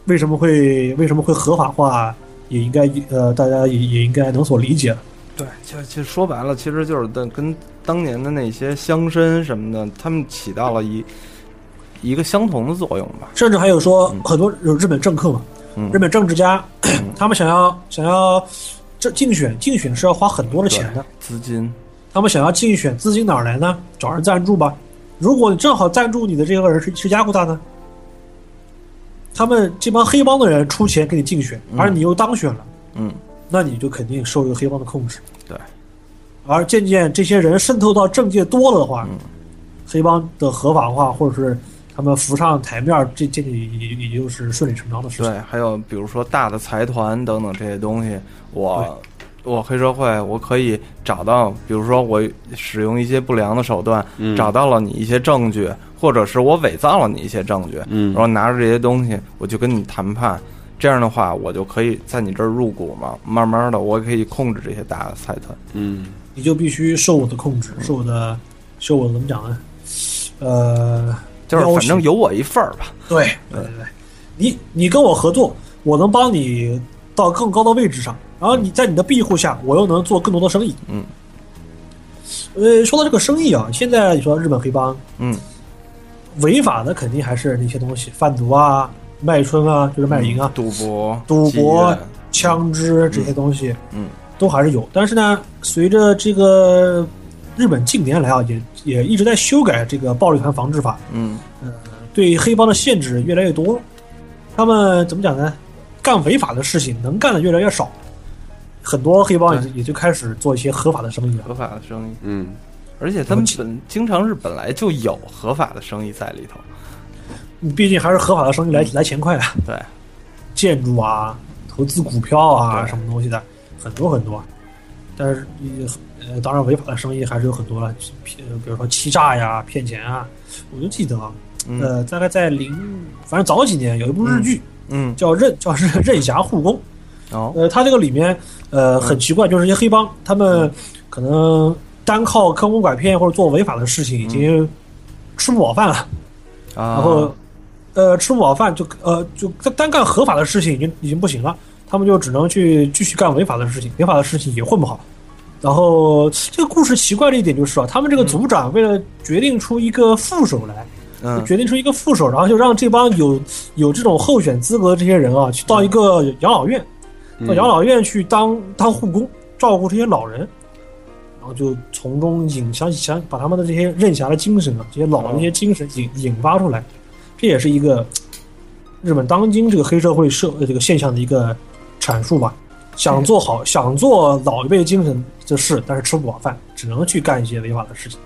为什么会为什么会合法化，也应该呃大家也也应该能所理解。对，就就说白了，其实就是跟跟当年的那些乡绅什么的，他们起到了一一个相同的作用吧。甚至还有说嗯很多有日本政客嘛，嗯日本政治家他们想要想要这竞选，竞选是要花很多的钱的。资金，他们想要竞选，资金哪儿来呢？找人赞助吧。如果你正好赞助你的这个人是是雅库达呢，他们这帮黑帮的人出钱给你竞选，而你又当选了，嗯，那你就肯定受这个黑帮的控制。对，而渐渐这些人渗透到政界多了的话，嗯黑帮的合法化或者是他们浮上台面儿，这这也也也就是顺理成章的事情。对，还有比如说大的财团等等这些东西，我我黑社会，我可以找到，比如说我使用一些不良的手段，找到了你一些证据，或者是我伪造了你一些证据，嗯然后拿着这些东西，我就跟你谈判。这样的话，我就可以在你这儿入股嘛，慢慢的，我可以控制这些大的财团。嗯你就必须受我的控嗯制，受我的，受我的怎么讲呢？呃，就是要反挟正有我一份儿吧，对对对对，你你跟我合作，我能帮你到更高的位置上，然后你在你的庇护下，我又能做更多的生意。嗯，呃，说到这个生意啊，现在你说日本黑帮嗯，违法的肯定还是那些东西，贩毒啊、卖春啊，就是卖淫啊、赌博、赌博妓院枪支这些东西，嗯嗯都还是有。但是呢，随着这个日本近年来啊，也也一直在修改这个暴力团防治法，嗯呃，对黑帮的限制越来越多，他们怎么讲呢？干违法的事情能干的越来越少，很多黑帮也就也就开始做一些合法的生意了。合法的生意，嗯而且他们本经常是本来就有合法的生意在里头，毕竟还是合法的生意来来钱快啊，嗯对， 建筑啊、投资股票啊对什么东西的，很多很多。但是也呃，当然违法的生意还是有很多了，骗比如说欺诈呀、骗钱啊。我就记得啊，嗯呃，大概在零，反正早几年有一部日剧、嗯，叫《任》，叫《任任侠护工》。哦，呃，它这个里面，呃，很奇怪，就是一些黑帮，他们可能单靠坑蒙拐骗或者做违法的事情，已经吃不饱饭了。然然后，呃，吃不饱饭就呃就单干合法的事情已经已经不行了，他们就只能去继续干违法的事情，违法的事情也混不好。然后这个故事奇怪的一点就是啊，他们这个组长为了决定出一个副手来，嗯就，决定出一个副手，然后就让这帮有有这种候选资格的这些人啊，去到一个养老院，嗯到养老院去当当护工，照顾这些老人，然后就从中引想想把他们的这些任侠的精神啊，这些老的哦这些精神引引发出来，这也是一个嘖日本当今这个黑社会社呃这个现象的一个阐述吧。想做好，想做老一辈精神的事，但是吃不饱饭，只能去干一些违法的事情。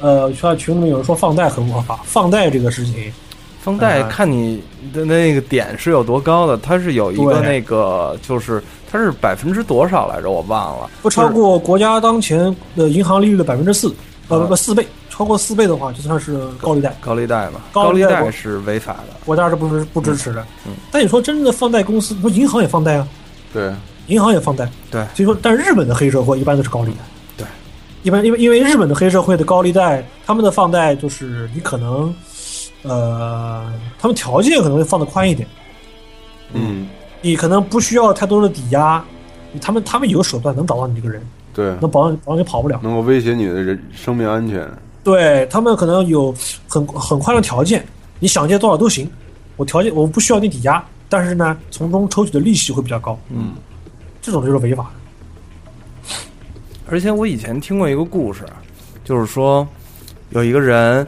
呃，像群里面有人说放贷很不合法，放贷这个事情，封带呃看你的那个点是有多高的，它是有一个对那个就是它是百分之多少来着，我忘了，不超过国家当前的银行利率的百分之四，呃，啊不不四倍，超过四倍的话就算是高利贷，高利贷嘛，高高利利贷贷我是违法的，国家是不支不支持的。嗯嗯但你说真正的放贷公司，你说银行也放贷啊，嗯对银行也放贷，对所以说，但日本的黑社会一般都是高利贷，对，一般因为因为日本的黑社会的高利贷，他们的放贷就是你可能，呃，他们条件可能会放得宽一点，嗯你可能不需要太多的抵押，他们他们有手段能找到你这个人，对，能保证保证你跑不了。能够威胁你的人生命安全。对他们可能有很很宽的条件，你想借多少都行，我条件我不需要你抵押，但是呢，从中抽取的利息会比较高，嗯，这种就是违法的。而且我以前听过一个故事，就是说有一个人。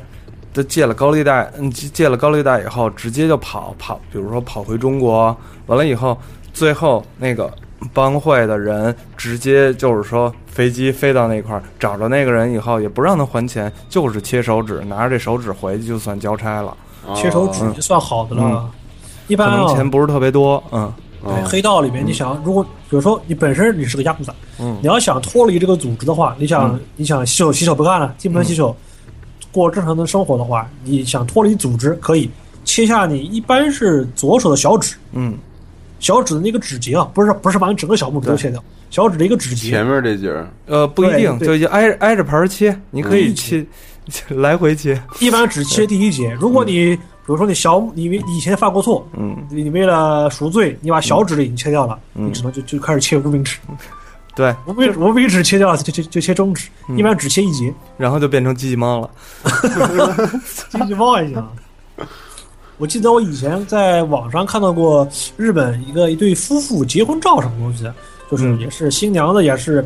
他借了高利贷，嗯，借借了高利贷以后，直接就跑跑，比如说跑回中国，完了以后，最后那个帮会的人直接就是说飞机飞到那块儿，找着那个人以后，也不让他还钱，就是切手指，拿着这手指回去就算交差了，切啊手指就算好的了，哦嗯一可般能啊，钱不是特别多，嗯对哦，黑道里面，你想，如果比如说你本身你是个压骨仔，嗯你要想脱离这个组织的话，你想、嗯你想洗手洗手不干了，进门洗手，过正常的生活的话，你想脱离组织可以切下你一般是左手的小指，嗯，小指的那个指节啊，不是不是把你整个小拇指都切掉，小指的一个指节前，面这节儿，呃，不一对定，对就挨挨着盘儿切，你可以切， 来回切，一般只切第一节。如果你比如说你小你为你以前犯过错，嗯，你为了赎罪，你把小指的已经切掉了，你只能就就开始切无名指，对，无名无名指切掉了就就就切中指，一般只切一节。然后就变成机器猫了，机器猫一样。我记得我以前在网上看到过日本一个一对夫妇结婚照什么东西的，就是也是新娘子也是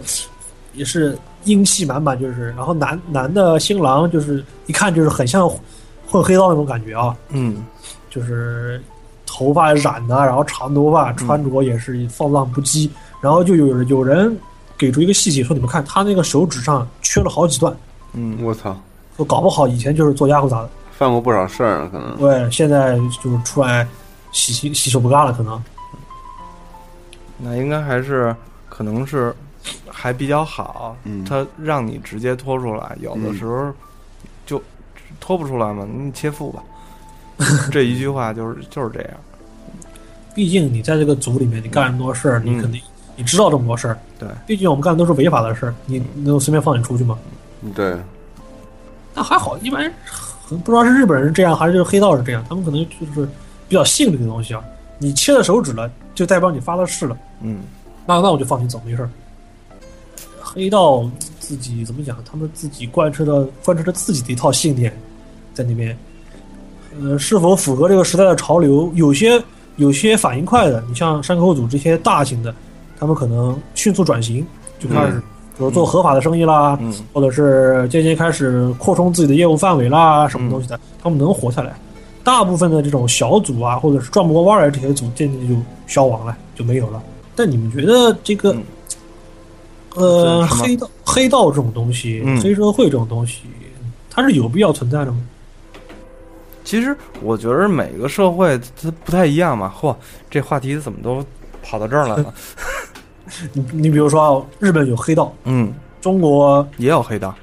也是英气满满，就是然后男男的新郎就是一看就是很像混黑道那种感觉啊，嗯，就是头发染的，然后长头发，穿着也是放浪不羁。然后就有人有人给出一个细节说，你们看他那个手指上缺了好几段，嗯，我操，说搞不好以前就是做压裤衩的，犯过不少事儿啊，可能。对，现在就是出来洗洗洗手不干了，可能。那应该还是可能是还比较好，嗯它让你直接脱出来，有的嗯时候就脱不出来嘛，你切腹吧。 这一句话就是就是这样，毕竟你在这个组里面，你干这么多事儿，你嗯肯定你知道这么多事儿。对，毕竟我们干的都是违法的事儿，你能随便放你出去吗？对，嗯那还好，一般很不知道是日本人这样还是就是黑道是这样，他们可能就是比较信这个东西啊。你切了手指了，就代表你发了誓了。嗯，那那我就放心走，没事儿。黑道自己怎么讲？他们自己贯彻的贯彻着自己的一套信念，在那边，呃，是否符合这个时代的潮流？有些有些反应快的，你像山口组这些大型的，他们可能迅速转型，就开始嗯比如做合法的生意啦，嗯或者是渐渐开始扩充自己的业务范围啦，嗯什么东西的，他们能活下来。大部分的这种小组啊，或者是转不过弯来这些组，渐渐就消亡了，就没有了。但你们觉得这个嗯，呃，这是什么黑道黑道这种东西，嗯黑社会这种东西，它是有必要存在的吗？其实我觉得每个社会它不太一样嘛。嚯，这话题怎么都跑到这儿来 了？你你比如说啊，日本有黑道，嗯，中国也有黑道，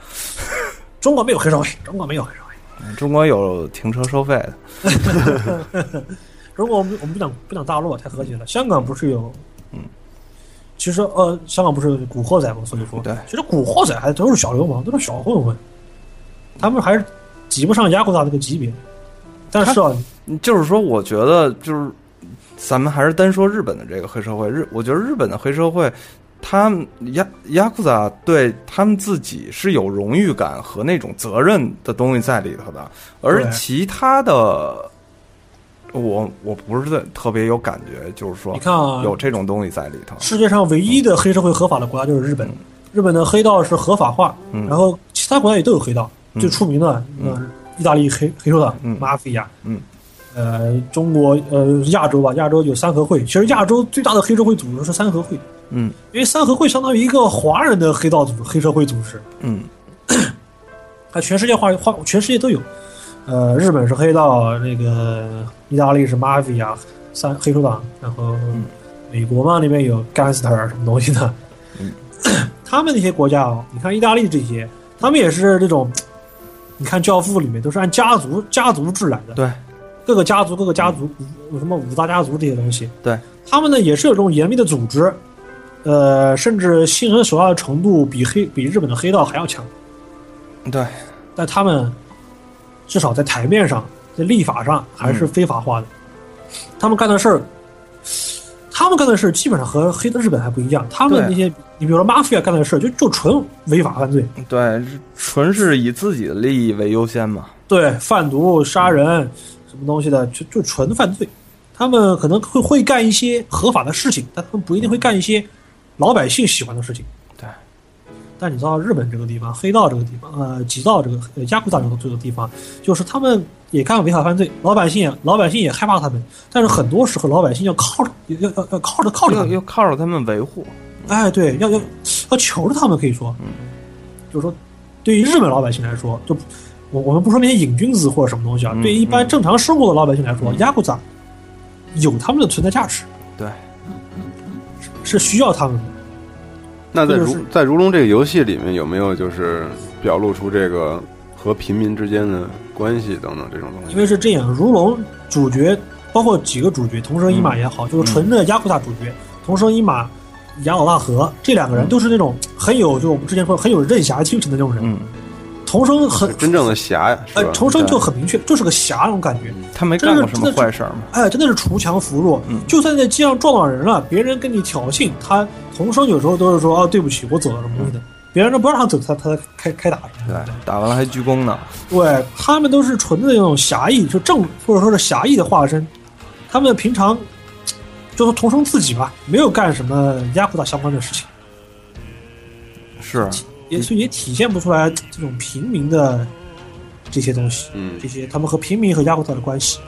中国没有黑社会，中国没有黑社会。嗯中国有停车收费的。如果我们我们不讲不讲大陆啊，太和谐了。香港不是有，嗯，其实呃，香港不是有古惑仔嘛，所以说，对其实古惑仔还都是小流氓，都是小混混，他们还是及不上雅库萨这个级别。但是啊，哦就是说，我觉得就是咱们还是单说日本的这个黑社会，日我觉得日本的黑社会，他们亚亚库萨对他们自己是有荣誉感和那种责任的东西在里头的，而对其他的。我我不是特别有感觉，就是说你看啊有这种东西在里头，世界上唯一的黑社会合法的国家就是日本，日本的黑道是合法化，嗯然后其他国家也都有黑道，嗯最出名的那、意大利黑黑手党、嗯马菲亚，嗯，呃，中国呃亚洲吧，亚洲有三合会，其实亚洲最大的黑社会组织是三合会，嗯因为三合会相当于一个华人的黑道组织、黑社会组织，嗯它全世界化化，全世界都有。呃，日本是黑道，那个意大利是 mafia 三黑手党，然后美国嘛那边有 gangster 啊什么东西的。嗯 他们那些国家啊，你看意大利这些，他们也是这种，你看《教父》里面都是按家族家族制来的，对，各个家族各个家族有什么五大家族这些东西，对，他们呢也是有这种严密的组织，呃，甚至心狠手辣的程度比黑比日本的黑道还要强。对，但他们至少在台面上、在立法上还是非法化的。他们干的事儿，他们干的事儿基本上和黑的日本还不一样。他们对那些，你比如说 mafia 干的事儿，就就纯违法犯罪，对，纯是以自己的利益为优先嘛，对，贩毒、杀人什么东西的，就就纯犯罪。他们可能会会干一些合法的事情，但他们不一定会干一些老百姓喜欢的事情。对，但你知道日本这个地方，黑道这个地方，呃，极道这个呃，压库萨这个这个地方，就是他们也干违法犯罪，老百姓也老百姓也害怕他们，但是很多时候老百姓要靠着要要要靠着靠着他又们，又靠着他们维护，哎，对，要要要求着他们可以嗯说，就是说，对于日本老百姓来说，就我我们不说那些瘾君子或者什么东西啊，嗯对于一般正常生活的老百姓来说，嗯压库扎有他们的存在价值，对，是需要他们的。那在这就如是在如龙这个游戏里面，有没有就是表露出这个和平民之间的关系等等这种东因西？为是这样，如龙主角包括几个主角，同生一马也好，嗯就是纯的雅库塔主角，同生一马、雅老大和这两个人都是那种很有，就是我们之前说很有任侠精神的那种人。嗯，同生很就哦真正的侠呀，是呃吧？，重生对就很明确，就是个侠那种感觉。他没干过什么坏事儿嘛，哎，真的是锄强扶弱。嗯就算在哦街上撞到人了，别人跟你挑衅，他同生有时候都是说啊，对不起，我走了什么东西的。别人都不让他走，他他才开开打什么嗯对的。，打完了还鞠躬呢。对他们都是纯的那种侠义，就正或者说是侠义的化身。他们平常就是同生自己吧，没有干什么压迫到相关的事情，是，嗯也所以也体现不出来这种平民的这些东西，嗯这些他们和平民和压迫到的关系。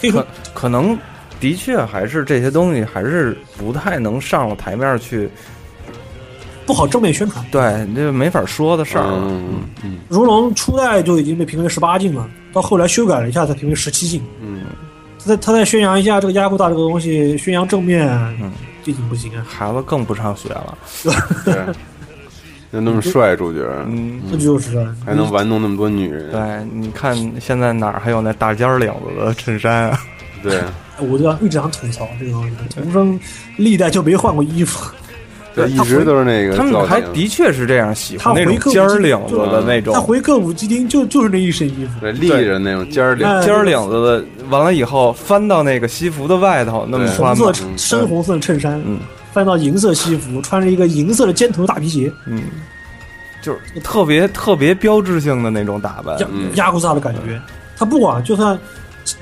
可以说可，可能的确还是这些东西还是不太能上了台面儿去，不好正面宣传。对，这没法说的事儿啊了。嗯嗯如龙初代就已经被评为十八禁了，到后来修改了一下才评为十七禁。嗯他在他在宣扬一下这个压库大这个东西，宣扬正面，嗯这已经不行啊，孩子更不上学了，嗯，对，就那么帅主角，嗯，这就是啊还能玩弄那么多女人，对，你看现在哪儿还有那大尖儿领子 的衬衫啊？对哎我就一直想吐槽这个东西，童生历代就没换过衣服，嗯对，一直都是那个他们造还型，的确是这样喜他回欢那种扣尖儿机领子就的那种他，回歌舞伎町就就是那一身衣服，对，立着那种尖儿领，哎尖儿领子的，完了以后翻到那个西服的外头那么对穿红嘛色，嗯深红色的衬衫，嗯翻到银色西服，穿着一个银色的尖头大皮鞋，嗯，就是特别特别标志性的那种打扮，压嗯压库萨的感觉。他不管就算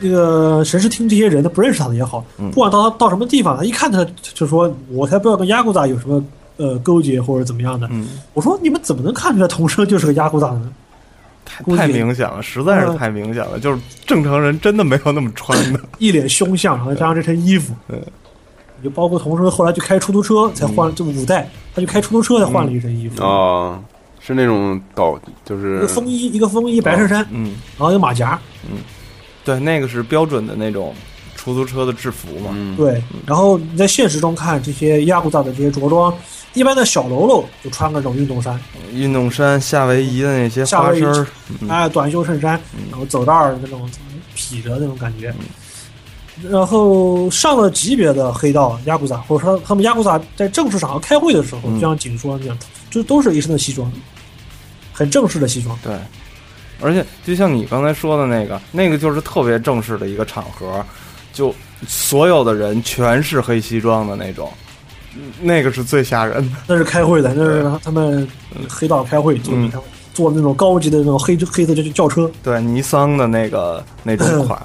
那个神视厅这些人，他不认识他的也好，嗯不管到他到什么地方，他一看他就说：“我才不要跟压库萨有什么呃勾结或者怎么样的。嗯，我说：“你们怎么能看出来童生就是个压库萨呢太估计嗯太明显了，实在是太明显了，就是正常人真的没有那么穿的，？” 一脸凶相，然后加上这身衣服，嗯你就包括童生后来去开出租车才换，就五代他去开出租车才嗯换了一身衣服，哦，是那种搞，就一是个风衣，一个风衣白衬衫，嗯，然后有马甲，对，那个是标准的那种出租车的制服嘛，嗯，对，然后你在现实中看这些亚古扎的这些着装，一般的小喽啰就穿个这种运动衫，运动衫、夏威夷的那些夏花威夷衫儿，嗯哎，短袖衬衫，然后走道儿那种痞着那种感觉。嗯然后上了级别的黑道亚古扎，或者说他们亚古扎在正式场合开会的时候，嗯就像警说那样，就都是一身的西装，很正式的西装。对，而且就像你刚才说的那个，那个就是特别正式的一个场合，就所有的人全是黑西装的那种，嗯那个是最吓人的。那是开会的，那是他们黑道开会，就是嗯他们坐那种高级的那种黑黑色的轿车，对，尼桑的那个那 种款，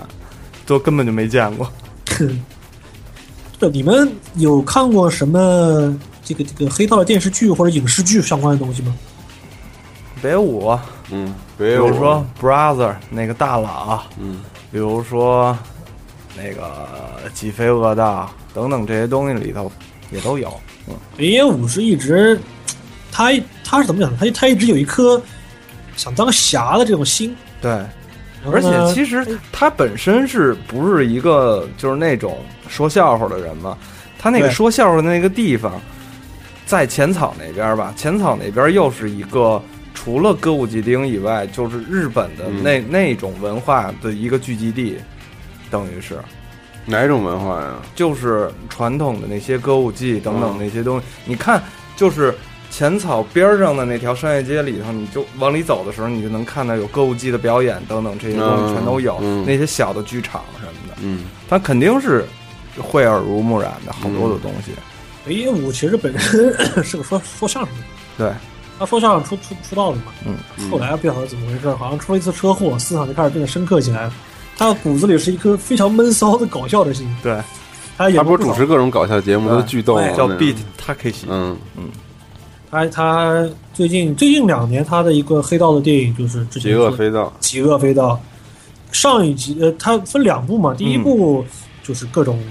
都根本就没见过。 对，你们有看过什么这个这个黑道的电视剧或者影视剧相关的东西吗？北舞，啊嗯，比比如说 Brother 那个大佬，嗯，比如说那个几飞恶大等等这些东西里头也都有。嗯，北野武是一直，他他是怎么讲？他他一直有一颗想当侠的这种心，对，然后而且呢其实哎他本身是不是一个就是那种说笑话的人嘛？他那个对说笑话的那个地方，在浅草那边吧，浅草那边又是一个除了歌舞伎町以外，就是日本的嗯那、那种文化的一个聚集地，等于是哪种文化呀？就是传统的那些歌舞伎等嗯等那些东西。你看，就是浅草边儿上的那条商业街里头，你就往里走的时候，你就能看到有歌舞伎的表演等等这些东西嗯全都有。嗯那些小的剧场什么的，嗯，它肯定是会耳濡目染的好多的东西。北野武其实本身是个说 说相声的，对，他说相声出出出道的嘛，嗯嗯后来不晓得怎么回事，好像出了一次车祸，思想就开始变得深刻起来了。他骨子里是一颗非常闷骚的搞笑的心，对，他演他过不是不主少持各种搞笑节目，对都巨逗对吗，叫哦那种 Beat Takeshi，嗯他他最近最近两年他的一个黑道的电影就是之前邪恶说飞盗，极恶飞盗》上一集，呃，它分两部嘛，第一部就是各种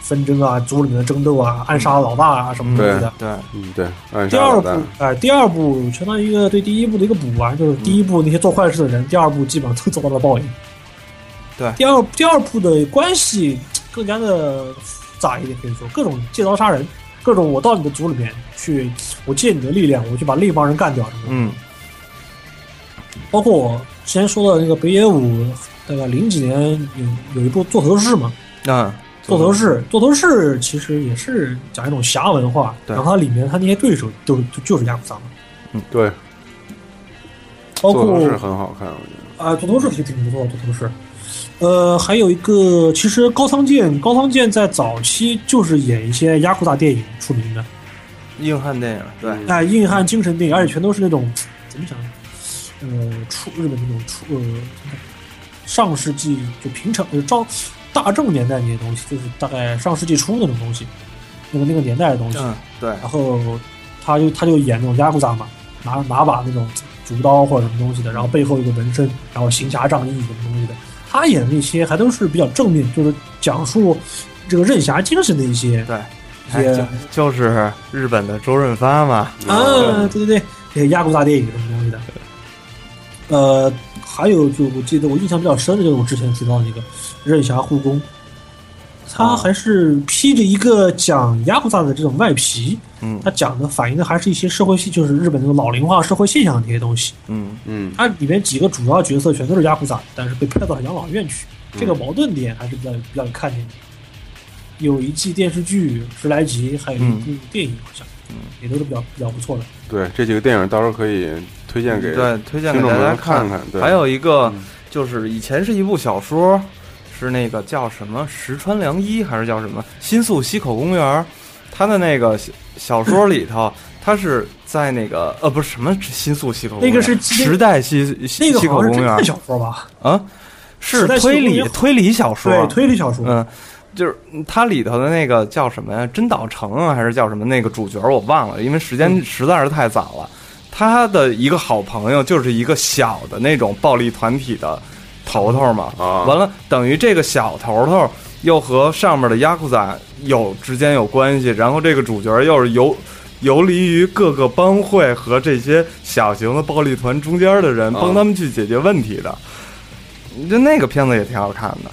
纷争啊，族里面的争斗啊，暗杀老大啊什么之类的。对，嗯，对，暗第杀二老部，大哎、，第二部相当于一个对第一部的一个补完，就是第一部那些做坏事的人，第二部基本上都遭到了报应。对第二第二部的关系更加的复杂一点，可以说各种借刀杀人，各种我到你的族里面去，我借你的力量，我去把另一帮人干掉什么的。嗯，包括我之前说的那个北野武，大概零几年有有一部《座头市》嘛，那《座头市》《座头市》其实也是讲一种侠文化，对然后它里面它那些对手都就就是亚库萨嘛，对，包做括的是很好看，我觉得，啊，《座头市》挺挺不错，《座头市》。呃，还有一个，其实高仓健，高仓健在早期就是演一些亚库萨电影出名的，硬汉电影，对，嗯哎，硬汉精神电影，而且全都是那种怎么讲？呃，初日本那种初呃上世纪就平成呃照大正年代那些东西，就是大概上世纪初那种东西，那个那个年代的东西。嗯，对，然后他就他就演那种压库扎嘛，拿拿把那种竹刀或者什么东西的，然后背后有个纹身，然后行侠仗义什么东西的。他演的那些还都是比较正面，就是讲述这个任侠精神的一些对，一些哎就就是日本的周润发嘛，啊，对对对，那个亚库萨电影什么东西的。呃，还有就我记得我印象比较深的就是我之前提到的那个《任侠护工》，他还是披着一个讲亚库萨的这种外皮，嗯他讲的反映的还是一些社会现，就是日本那种老龄化社会现象的这些东西。嗯，嗯它里面几个主要角色全都是亚库萨，但是被派到了养老院去，这个嗯矛盾点还是比较比较有看点的。有一季电视剧十来集，还有嗯一部电影好像，也都是比较比较不错的。对，这几个电影到时候可以推荐给嗯对，推荐给听众大家们看看对还有一个嗯就是以前是一部小说，是那个叫什么石川良一还是叫什么新宿西口公园？他的那个小小说里头，他是在那个呃不是什么新宿西口公园，那个是时代西西那个西口好像是公侦园探小说吧？啊，是时代西口推公理园推理小说，对，推理小说。嗯，就是它里头的那个叫什么呀？真岛诚啊，还是叫什么？那个主角我忘了，因为时嗯间实在是太早了。他的一个好朋友就是一个小的那种暴力团体的头头嘛。啊完了，等于这个小头头又和上面的压库仔有之间有关系，然后这个主角又是游游离于各个帮会和这些小型的暴力团中间的人，啊帮他们去解决问题的。就那个片子也挺好看的，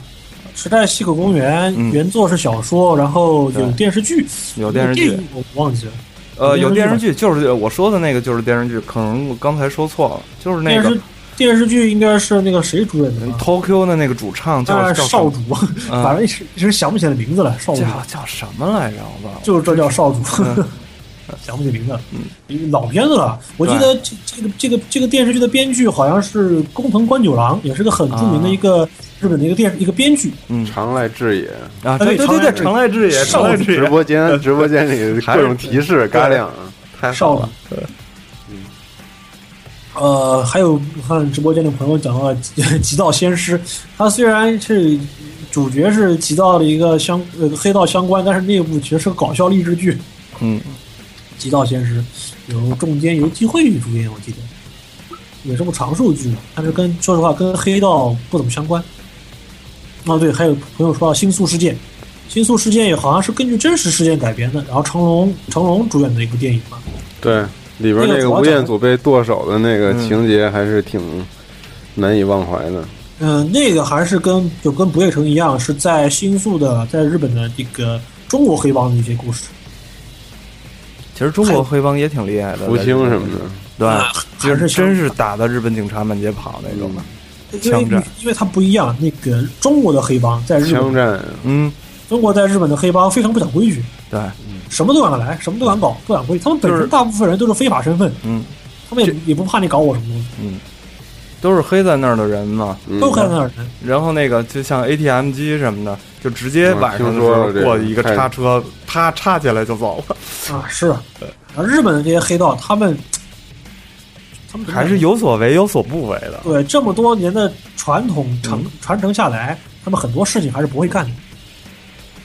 时代西口公园嗯原作是小说，然后有对电视剧，有电视剧。影我忘记了。呃，有电电视视剧剧，就是我说的那个，就是电视剧。可能我刚才说错了，就是那电个视电视剧应该是那个谁主演的嗯吧？ Tokyo 的那个主唱叫啊，叫什少么主，嗯反正一时一时想不起来名字了。少主叫叫什么来着？我忘了。就是这叫少主，嗯 想不起名字了。老片子了，我记得这这个这个这个电视剧的编剧好像是工藤官九郎，也是个很著名啊的一个日本的一个电一个编剧。嗯常来智也。啊，对对对，对长长濑智也，少长濑智直也，播间 直播间里各种提示嘎 亮，太少好主了。，嗯呃，还有我看直播间的朋友讲到了《极 道先师》，他虽然是主角是极道的一个相呃黑道相关，但是那部其实是个搞笑励志剧，《嗯，极道先师》由中间由金惠宇主演，我记得也是部长寿剧嘛，但是跟说实话跟黑道不怎么相关。哦，对，还有朋友说到《星宿事件》，《星宿事件》也好像是根据真实事件改编的，然后成龙成龙主演的一部电影嘛。对，里边那个吴彦祖被剁手的那个嗯情节还是挺难以忘怀的。嗯，那个还是跟就跟不夜城一样，是在新宿的，在日本的这个中国黑帮的一些故事。其实中国黑帮也挺厉害的，福清什么的，的，对，还啊就是是强真是打的日本警察满街跑那种的。因为枪战因为它不一样，那个中国的黑帮在日枪本，战嗯，中国在日本的黑帮非常不讲规矩，对，什么都敢来，什么都敢搞，不讲规矩。他们本就身是大部分人都是非法身份，嗯，他们也也不怕你搞我什么东西，都是黑在那儿的人嘛。嗯都看那儿人。然后那个就像 ATM 机什么的，就直接晚上的时啊听候说了这个过一个叉车，啪插起来就走了，啊，是。然后日本的这些黑道，他们他们怎么讲 还是有所为有所不为的。对这么多年的传统承传承下来，他们很多事情还是不会干的，